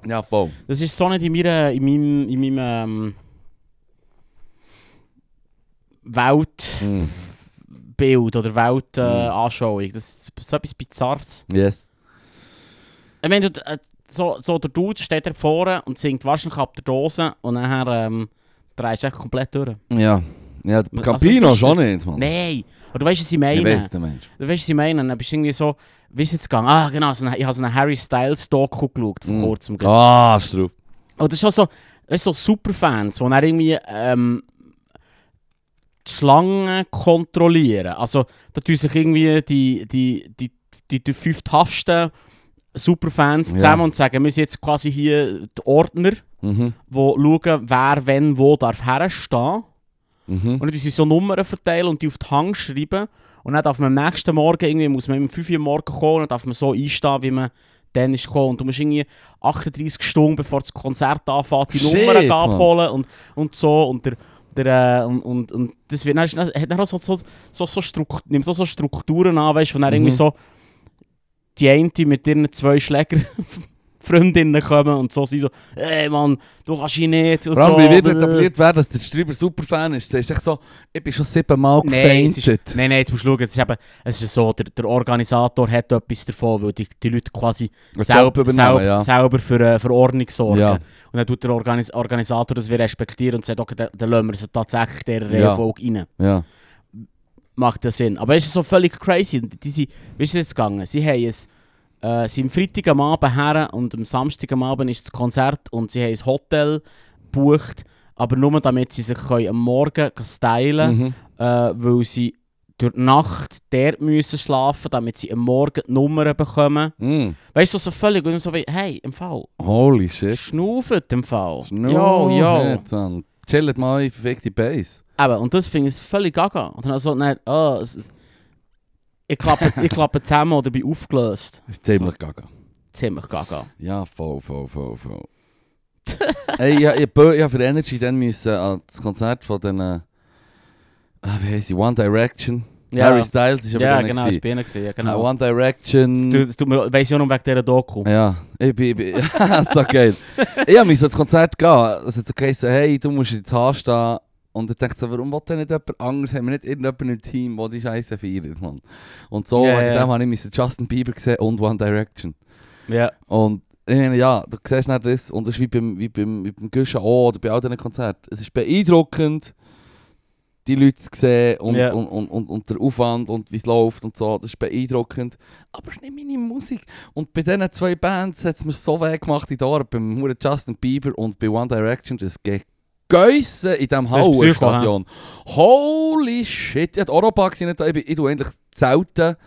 Ja, voll.
Das ist so nicht in, meiner, in meinem, in meinem ähm, Weltbild
Mm.
oder Weltanschauung.
Mhm.
Äh, Anschauung. das ist so etwas Bizarres.
Yes.
Ich meine, du, äh, so, so der Dude steht da vorne und singt wahrscheinlich ab der Dose und nachher ähm, drehst du echt komplett durch.
Ja. Ja, der
Also,
Campino
was ist
schon
das?
nicht, Mann.
Nein! Aber du weißt, was ich meine.
Ich Oh. weiss, der Mensch.
Du weißt, was ich meine. Dann bist du irgendwie so, wie ist es gegangen? Ah, genau, so eine, ich habe so einen Harry Styles Doku geschaut, vor
Mhm.
kurzem. gerade.
Ah, Strupp.
Oder schon so, weißt, du, so Superfans, die dann irgendwie ähm, die Schlangen kontrollieren. Also, da tun sich irgendwie die, die, die, die, die fünf taffsten Superfans
Ja.
zusammen und sagen, wir sind jetzt quasi hier die Ordner, die
Mhm.
schauen, wer, wenn, wo darf herstehen.
Mhm.
Und dann tun sie so Nummern verteilen und die auf die Hang schreiben. Und dann darf man am nächsten Morgen, irgendwie muss man um 5 Uhr morgen kommen, und dann darf man so einstehen, wie man dann ist gekommen. Und du musst irgendwie 38 Stunden, bevor das Konzert anfängt, die
Shit,
Nummern
Mann.
abholen und, und so. Und der, der, äh, und, und, und das wird, dann, ist- dann hat dann auch so, so, so, so, Strukt, nimmt so, so Strukturen an, weißt, von dann
Mhm.
irgendwie so die eine mit ihren zwei Schläger <laughs> Freundinnen kommen und so sind so, ey Mann, du kannst ihn nicht. Und
Vor allem,
so.
wie wird etabliert werden, dass der Streiber Superfan ist? Das ist echt so, ich bin schon siebenmal
Nein, es
gefaintet.
Nein, nein, jetzt musst du schauen, es ist, eben, es ist so, der, der Organisator hat etwas davon, weil die, die Leute quasi
Job
selber,
übernehmen,
selber,
ja.
selber für, äh, für Ordnung sorgen.
Ja.
Und dann tut der Organis Organisator das wir respektieren und sagt, okay, dann, dann lassen wir sie tatsächlich der
Ja.
Reihenfolge rein.
Ja.
Macht das Sinn. Aber es ist so völlig crazy. Und Die sind, wie ist es jetzt gegangen? Sie haben es äh, sind am Freitag am Abend her und am Samstag am Abend ist das Konzert und sie haben ein Hotel gebucht, aber nur damit sie sich können am Morgen stylen können
Mhm.
äh, weil sie durch die Nacht dort müssen schlafen damit sie am Morgen die Nummern bekommen.
Mhm.
Weißt du, so völlig, und so wie, hey, im Fall,
Holy shit.
schnaufet im Fall.
No,
Jo, jo.
Mann. Chillt mal in verfickte Base.
Eben, und das finde ich völlig gaga. Und dann so, nein, oh, es, es, ich klappe, ich klappe zusammen oder bin aufgelöst.
Ist ziemlich gaga.
Ziemlich gaga.
Ja, voll, voll, voll, voll. <laughs> Ey, ich, ich, bö- ich hab für uh, Energy dann müssen an das Konzert von den. Äh, ah, wie heisst sie? One Direction.
Ja.
Harry Styles ist aber
Ja,
dann
genau,
gewesen.
ich bin gewesen, ja,
Äh,
genau.
One Direction.
Das tut mir, weiss ich auch noch wegen dieser Doku.
Ja, ich bin, ich bin <laughs> so geil. Ich habe mich so ins Konzert gehen. Es hat so geheißen, hey, du musst in die Haare stehen. Und ich dachte so, warum will denn nicht jemand anders? Haben wir nicht irgendjemanden im Team, der die Scheiße feiert, Mann? Und so,
Ja,
yeah,
ja.
yeah. habe ich müssen Justin Bieber gesehen und One Direction.
Ja.
Und ich meine, ja, du siehst nicht das. Und das ist wie beim, wie beim, wie beim Guschen auch oder bei all diesen Konzerten. Es ist beeindruckend, die Leute zu sehen und,
Ja.
und, und, und, und der Aufwand und wie es läuft und so. Das ist beeindruckend. Aber es ist nicht meine Musik. Und bei diesen zwei Bands hat es mir so weh gemacht in den Ohren. Beim Huren Justin Bieber und bei One Direction. Das Gegeissen in diesem
Das ist Psycho,
Hauerstadion. Holy shit. Ich hatte Oropa gesehen. Ich bin- ich tue endlich zelten.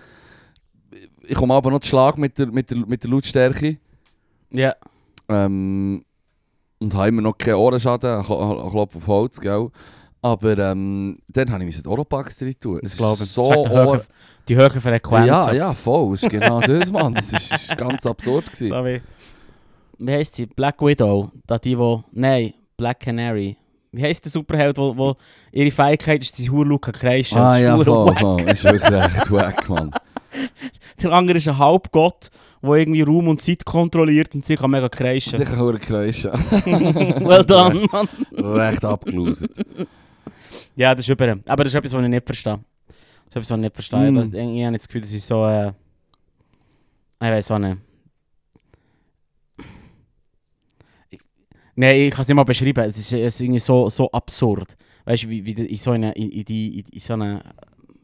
Ich komme aber noch zu Schlag mit der, mit der, mit der Lautstärke.
Ja.
Ähm, und habe immer noch keinen Ohrenschaden, ich kla- ich klopfe auf Holz, gell? Aber ähm, dann habe ich mich in die Oropax rein tun.
Das glaube ich.
So
Das ist die
Ohr
hohe, die hohe Frequenz.
ja, ja, voll. Das ist genau das, Mann. Das ist, ist ganz absurd. Gewesen.
So wie, wie heisst sie? Black Widow. Da die, wo, nein, Black Canary. Wie heisst der Superheld, wo, wo ihre Fähigkeit ist, dass sie Hurluka kreischen?
Ah ja, voll,
<laughs> wack.
voll. Ist wirklich echt wack, Mann.
Der andere ist ein Halbgott, der irgendwie Raum und Zeit kontrolliert und sie kann mega kreischen.
Sicher ein Kreischen.
well
<laughs>
done, Mann.
Recht abgelauset.
Ja, das ist über. Aber das ist etwas, was ich nicht verstehe. Das ist etwas, was ich nicht verstehe.
Mm.
Aber Ich, ich habe jetzt das Gefühl, das ist so. Äh, ich weiß auch nicht. Ich- Nein, ich kann es nicht mal beschreiben. Es ist, es ist irgendwie so, so absurd. Weißt du, wie, wie du in so eine, in, in die, in, in so eine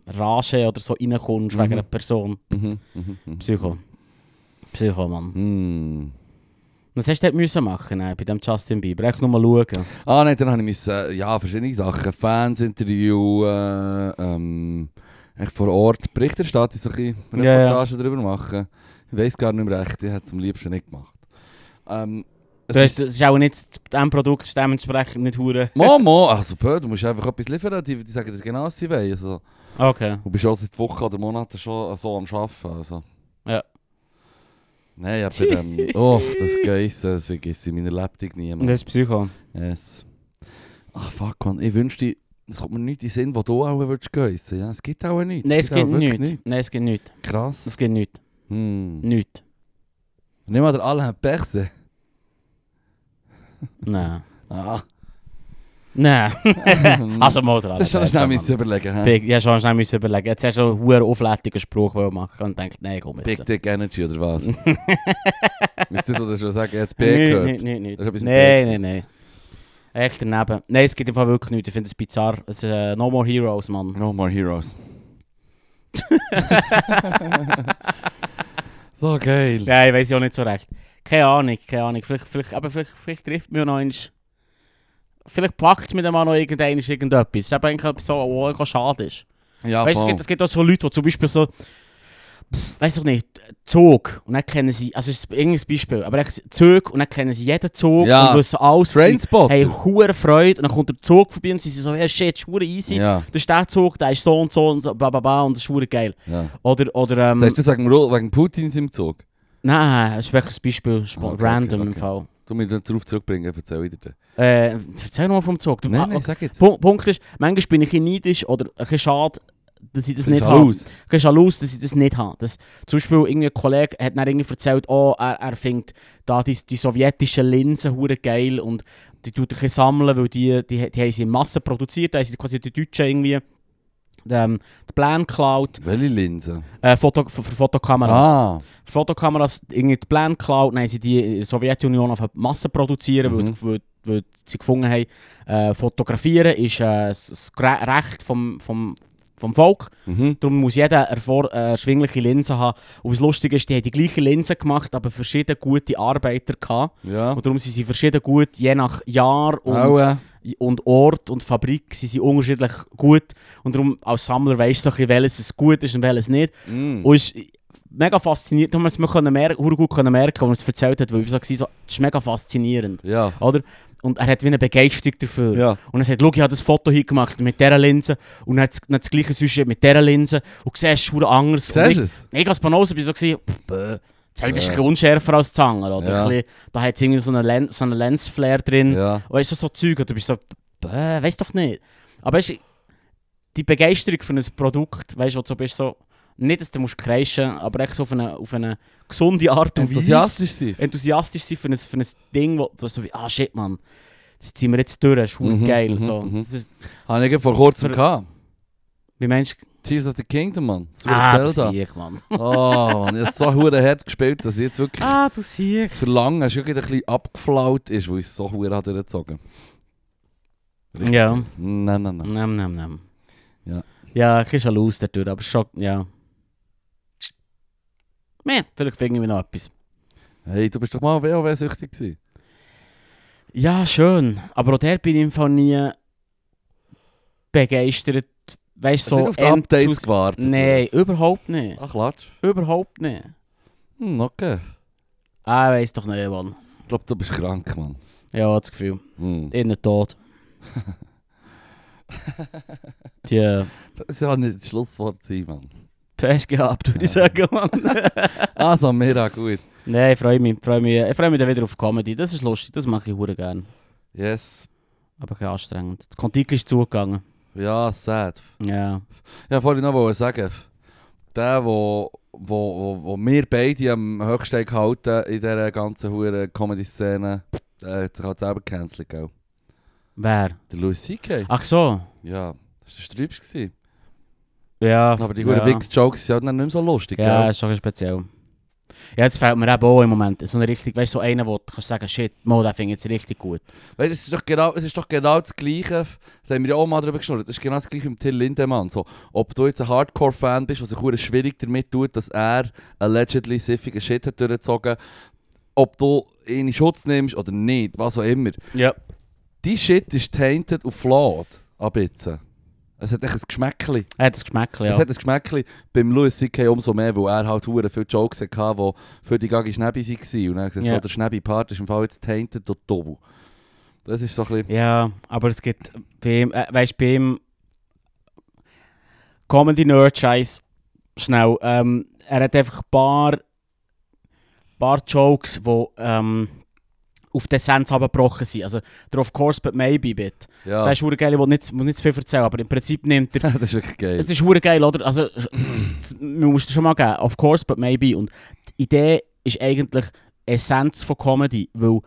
Rage oder so reinkommst
Mhm.
wegen einer Person.
Mhm, mhm, mhm.
Psycho. Psycho, Mann.
Hm.
Was hast du dort müssen machen äh, bei dem Justin Bieber? Echt nur mal schauen.
Ah nein, dann habe ich müssen, ja, verschiedene Sachen, Fans interviewen, ähm, echt vor Ort Berichterstattung, so ein bisschen
Ja, ja.
Reportagen darüber machen. Ich weiß gar nicht mehr recht, ich hätte es am liebsten nicht gemacht. Ähm, es
Du hast,
ist,
das ist auch nicht, dein Produkt ist dementsprechend nicht hure.
Momo, also bö, du musst einfach etwas liefern, die, die sagen dir genau, was sie wollen. Also,
Okay.
du bist auch seit Wochen oder Monaten schon so am Arbeiten. Also.
Ja.
Nein, aber ähm, oh, das Geissen, das vergesse ich in meiner Lebtag nie mehr.
Das ist Psycho.
Yes. Ah, fuck, man. Ich wünschte, es kommt mir nicht in den Sinn, wo du auch würdest geissen. Ja, es gibt auch nichts.
Nein, es gibt
auch wirklich
nichts. Nein, es gibt nichts.
Krass.
Es gibt nichts.
Hm.
Nichts.
Nimm mal den Alain Perse.
Nein.
<laughs> Ah.
<laughs> Nein. also mal dran.
<laughs> Das ist schon schnell müssen überlegen. hä?
Big, ja, schon schnell müssen überlegen. Jetzt hast du einen hohen auflätigen Spruch wollen machen und denkst, nein, komm
Big
jetzt.
Dick Energy oder
<laughs>
was? Ist das, was du schon sagen? Jetzt B
Nein,
gehört.
nein, nein, nein.
Das ist etwas mit Big.
Nein, nein, nein. Echt daneben. Nein, es gibt im Fall wirklich nichts. Ich finde es bizarr. Es, äh, no more heroes, Mann.
No more heroes. so geil.
Ja, ich weiß ja auch nicht so recht. Keine Ahnung, keine Ahnung. Vielleicht, vielleicht, aber vielleicht, vielleicht trifft mir noch eins. Vielleicht packt es mir dann mal noch irgendeines irgendetwas. Das ist eben eigentlich etwas, was so, schade ist.
Ja,
Weißt du, es
voll.
gibt, es gibt auch so Leute, die zum Beispiel so, pff, weiss doch nicht, Zug und dann kennen sie, also es ist irgendein Beispiel, aber echt Zug und dann kennen sie jeden Zug
Ja.
und wissen alles.
Trainspot.
Hey, hure Freude und dann kommt der Zug vorbei und sie sind so, ja shit, ist hure easy.
ja,
Das ist der Zug, der ist so und so und so, bla bla bla und das ist hure geil.
ja.
Oder, oder, ähm,
Sagst du, sagen wir wegen Putins im Zug?
nein, das ist wirklich ein Beispiel, spo-
Okay, okay,
random im
okay.
Fall.
Du musst mich darauf zurückbringen, erzähl ich dir. dann.
Äh, erzähl nochmal vom Zug. Du, ah,
Nein, nein,
okay.
sag jetzt.
Pu- Punkt ist, manchmal bin ich ein bisschen neidisch oder ein bisschen schade, dass ich das
Siehst
nicht
du
habe.
aus?
Ich habe los, dass ich das nicht habe. Das, zum Beispiel irgendwie ein Kollege hat dann irgendwie erzählt, oh, er, er findet da die, die sowjetischen Linsen hure geil und die tut ein bisschen sammeln, weil die, die, die haben sie in Massen produziert, da haben sie quasi die Deutschen irgendwie ähm, die Pläne geklaut,
Welche Linse?
äh, Foto, für, für Fotokameras.
Ah,
Für Fotokameras irgendwie die Pläne geklaut, dann haben sie die in der Sowjetunion auf Massen produzieren, weil,
Mhm.
sie- weil, weil sie gefunden haben, äh, fotografieren ist äh, das- das Gre- Recht vom, vom, vom Volk.
mhm.
Darum muss jeder erfor- äh, erschwingliche Linse haben. Und was lustig ist, die haben die gleiche Linse gemacht, aber verschiedene gute Arbeiter gehabt.
ja.
Und darum sind sie verschieden gut, je nach Jahr und,
Aua.
und Ort und Fabrik sind sie unterschiedlich gut. Und darum als Sammler weisst du, so ein bisschen, welches es gut ist und welches nicht.
Mm.
Und es ist mega faszinierend, darum haben wir es können mer- hure gut können merken, als er es erzählt hat, weil ich so war, so, das ist mega faszinierend.
Ja.
Oder? Und er hat wie eine Begeisterung dafür.
Ja.
Und er sagt, schau, ich habe das Foto hier gemacht mit dieser Linse und dann hat es- dann hat das gleiche Sujet mit dieser Linse und du siehst schon anders.
Siehst du
und
es?
ich, ich als Banose war so, gewesen, pff, bäh. das Held ist halt ein
Ja.
bisschen unschärfer als Zanger. Oder?
Ja.
Ein bisschen, da hat es irgendwie so einen Lens, so einen Lensflare drin.
Ja.
Weißt du, so Zeug, und du bist so, bäh, weiss doch nicht. Aber weißt, du, die Begeisterung für ein Produkt, weißt du, wo du so bist, so, nicht, dass du musst kreischen musst, aber echt so auf eine, auf eine gesunde Art und Weise.
Enthusiastisch sein.
Enthusiastisch sein für ein, für ein Ding, wo du so wie, ah shit, Mann, das ziehen wir jetzt durch, ist
Mhm,
mhm, geil.
mhm,
so.
mhm.
das ist,
Habe ich gerade vor kurzem
Für-
gehabt.
wie meinst du?
Tears of the Kingdom, Mann. Das wurde
Ah, du
Zelda. <laughs>
siehst, Mann.
Oh, Mann, ich habe so hure hart gespielt, dass ich jetzt wirklich
Ah, du siehst.
das Verlangen schon wieder ein bisschen abgeflaut ist, weil ich es so hure hat durchgezogen. Richtig.
Ja.
Nein, nein, nein.
Nem, nem, nem.
Ja.
Ja, ich ist ja aus der Tür, aber schon, ja. Meh, vielleicht finden wir noch etwas.
Hey, du bist doch mal E WoW-süchtig gewesen.
Ja, schön. Aber auch der bin ich im Fall nie begeistert. Weißt
Hast du
du,
nicht
so
auf die Updates
enthus-
gewartet?
Nein, überhaupt nicht.
Ach, Latsch.
Überhaupt nicht.
Hm, okay.
Ah, weiß doch nicht, Mann.
Ich glaube, du bist krank, Mann.
Ja, das Gefühl.
Hm.
Innen <laughs> tot. Tja,
Das soll nicht das Schlusswort sein, Mann.
Pech gehabt, würde ich sagen, Mann.
Also, mega gut.
<laughs> Nein, ich freue mich, freue mich. Ich freue mich dann wieder auf Comedy. Das ist lustig, das mache ich hure gerne.
Yes.
Aber ein bisschen anstrengend. Das Kontik ist zugegangen.
Ja, sad.
Ja.
Ja, vorhin noch wollte sagen, der, wo, wo, wo, wo wir beide am höchsten gehalten in dieser ganzen huren Comedy-Szene, der hat sich halt selber gecancelt, gell?
Wer?
Der Louis C.K.
Ach so.
Ja, das war der Strübs. gewesen.
Ja.
Aber die
ja.
huren Wix-Jokes sind halt dann nicht mehr so lustig,
Ja,
gell?
ist schon speziell. Ja, jetzt fällt mir eben auch im Moment so eine richtig, weißt du, so einer, wo du kannst sagen, shit, Mo, den finde ich jetzt richtig gut.
Weil es ist doch genau, es ist doch genau das Gleiche. Da haben wir ja auch mal drüber geschnurrt. Es ist genau das Gleiche mit Till Lindemann. So, ob du jetzt ein Hardcore-Fan bist, was sich hure schwierig damit tut, dass er allegedly siffigen Shit hat durchgezogen, ob du ihn in Schutz nimmst oder nicht, was auch immer.
Ja.
Die Shit ist tainted und flawed. Ab jetzt. Es hat echt ein Geschmäckli.
Er hat das Geschmäckchen,
Es
ja.
hat ein Geschmäckli beim Louis C.K. umso mehr, weil er halt hure viele Jokes hatte, die für die Gagi Schnäbi waren. Und er hat gesagt,
Ja.
so, der Schnäbi-Part ist im Fall jetzt tainted und double. Das ist so ein bisschen...
Ja, aber es gibt bei ihm, äh, weißt du, bei ihm Comedy Nerd Scheiß schnell. Ähm, er hat einfach ein paar, paar Jokes, die ähm, auf die Essenz abgebrochen sind. Also der Of Course But Maybe Bit.
Ja.
Das ist hure geil, ich will nicht, will nicht zu viel erzählen, aber im Prinzip nimmt er
<laughs> das ist wirklich geil.
es ist hure geil, oder? Also, <clears throat> es- man muss es schon mal geben. Of course, but maybe. Und die Idee ist eigentlich Essenz von Comedy, weil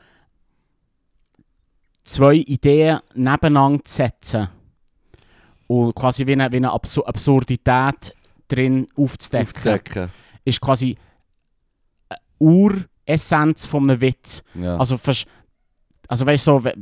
zwei Ideen nebeneinander zu setzen und quasi wie eine, wie eine Absur Absurdität drin aufzudecken,
Aufzudecken.
ist quasi eine Uressenz von einem Witz.
Ja.
Also, versch- also weißt du, so, wenn,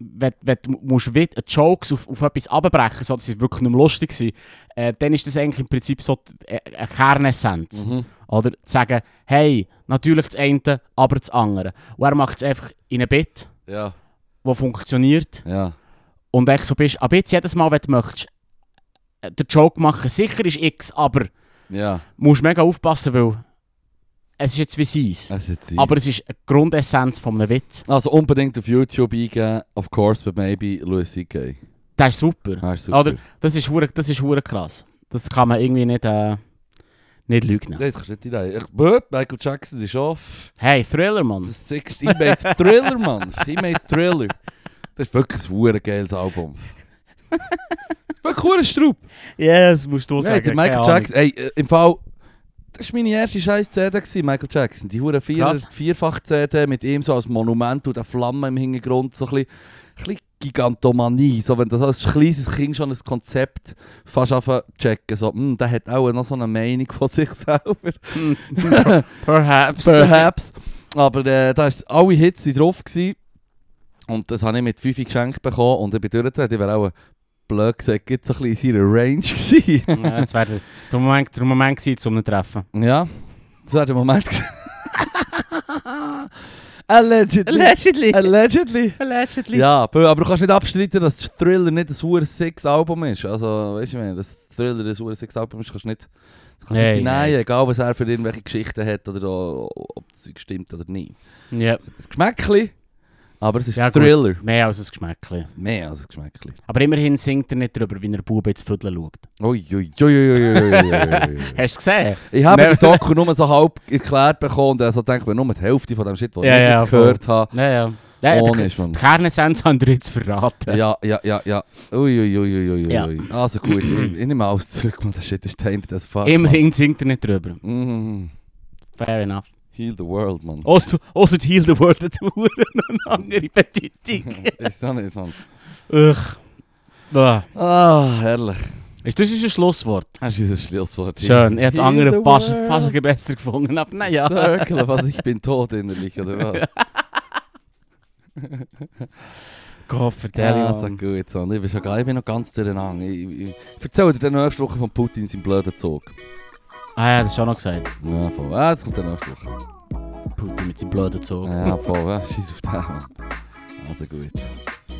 wenn, wenn du musst wit- Jokes auf, auf etwas abbrechen so dass sie wirklich nicht mehr lustig sind, äh, dann ist das eigentlich im Prinzip so die- äh, eine Kernessenz.
mhm.
Oder zu sagen, hey, natürlich das eine, aber das andere. Und er macht es einfach in ein Bit,
ja,
das funktioniert.
ja,
Und echt so bist, aber jetzt jedes Mal, wenn du möchtest, äh, den Joke machen, sicher ist X, aber
ja.
musst mega aufpassen, weil es ist jetzt wie es ist.
Das ist jetzt easy.
Aber es ist eine Grundessenz von einem Witz.
also unbedingt auf YouTube eingeben, of course, but maybe Louis C.K.
Das ist super.
Ah, ist super.
Oder- Das ist hure, das ist hure krass. Das kann man irgendwie nicht, äh, nicht lügen.
Nein, das kannst du nicht hinein. Ich, Bö, Michael Jackson ist off.
Hey, Thriller, Mann.
Das ist he made Thriller, Mann. He made Thriller. Das ist wirklich ein hure geiles Album. Das ist wirklich ein Straub.
Ja, das musst du
Nein, der Michael Jackson, ey, äh, im Fall, das war meine erste scheiß CD, gewesen, Michael Jackson. Die hure vier,
Krass.
Vierfach-CD mit ihm so als Monument und der Flamme im Hintergrund, so ein bisschen, ein bisschen Gigantomanie. So, wenn das als kleines Kind schon ein Konzept fast anfangen zu eh, checken, so, hm, der hat auch noch so eine Meinung von sich selber. <laughs>
Perhaps.
Perhaps. Aber äh, da ist, alle Hits sind drauf gewesen. Und das habe ich mit 5 geschenkt bekommen und ich bin durchgetreten. Ich wäre auch, blöd gesagt, jetzt so ein bisschen in seiner Range <laughs> gewesen.
ja, das wäre der- der Moment, der Moment gewesen, zum ihn treffen.
Ja, das war der Moment. <laughs> Allegedly.
Allegedly.
Allegedly.
Allegedly. Ja.
Ja, aber aber du kannst nicht abstreiten, dass Thriller nicht ein Uhr 6 Album ist. Also, weißt du, ich meine, dass Thriller ein Uhr 6 Album ist, kannst du nicht, das kannst du
Nein,
nicht
nein.
hinein, egal was er für irgendwelche Geschichten hat oder o- ob das Zeug stimmt oder nicht.
Ja.
Es hat ein Geschmäckli, aber es ist
Ja, gut.
Thriller.
Mehr als ein Geschmäckchen.
Mehr als ein Geschmäckli.
Aber immerhin singt er nicht drüber, wie er Bube ins Viertel schaut.
Ui, ui, ui, ui, ui, ui, ui, ui, <laughs> ui.
Hast du gesehen?
Ich habe
Nein.
den Doku nur so halb erklärt bekommen und er so denkt, wenn nur die Hälfte von dem Shit, den
Ja,
ich
ja,
jetzt gehört habe,
Ja, ja. Der,
Ohne
der,
ist man.
die Kernessenz haben wir jetzt verraten.
Ja, ja, ja, ja. Ui, ui, ui, ui, ui,
Ja.
ui. Also gut, ich, ich nehme alles zurück, man. Das shit ist tainted as fuck.
Immerhin singt er nicht drüber.
Mann. Mhm.
Fair enough.
Heal the world, man. <laughs>
Ausser ausser Also, die Heal the World hat <laughs> verdammt eine andere Bedeutung.
Ist das nicht, man.
Ugh. Ah.
Ah, herrlich.
Ist das unser Schlusswort?
Das ist ein Schlusswort.
Schön. Ich hätte das
Heal
andere
the
fast,
world.
fast ein besser gefunden. Aber naja.
Circle, was? Ich bin tot innerlich, oder was?
Gott, verdammt.
ja, so gut, so. Ich bin schon geil, ich bin noch ganz durcheinander. Ich, ich, ich erzähl dir dann nächste Woche von Putin seinem blöden Zug.
Ah ja, das ist auch noch gesagt.
Ja, voll. Ah, das kommt dann nächste Woche.
Putin mit seinem blöden Zug.
Ja, voll. Ah, <laughs> Scheiß auf den, Mann. Also gut.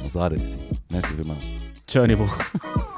Also, Ari, merci vielmals.
Schöne Woche.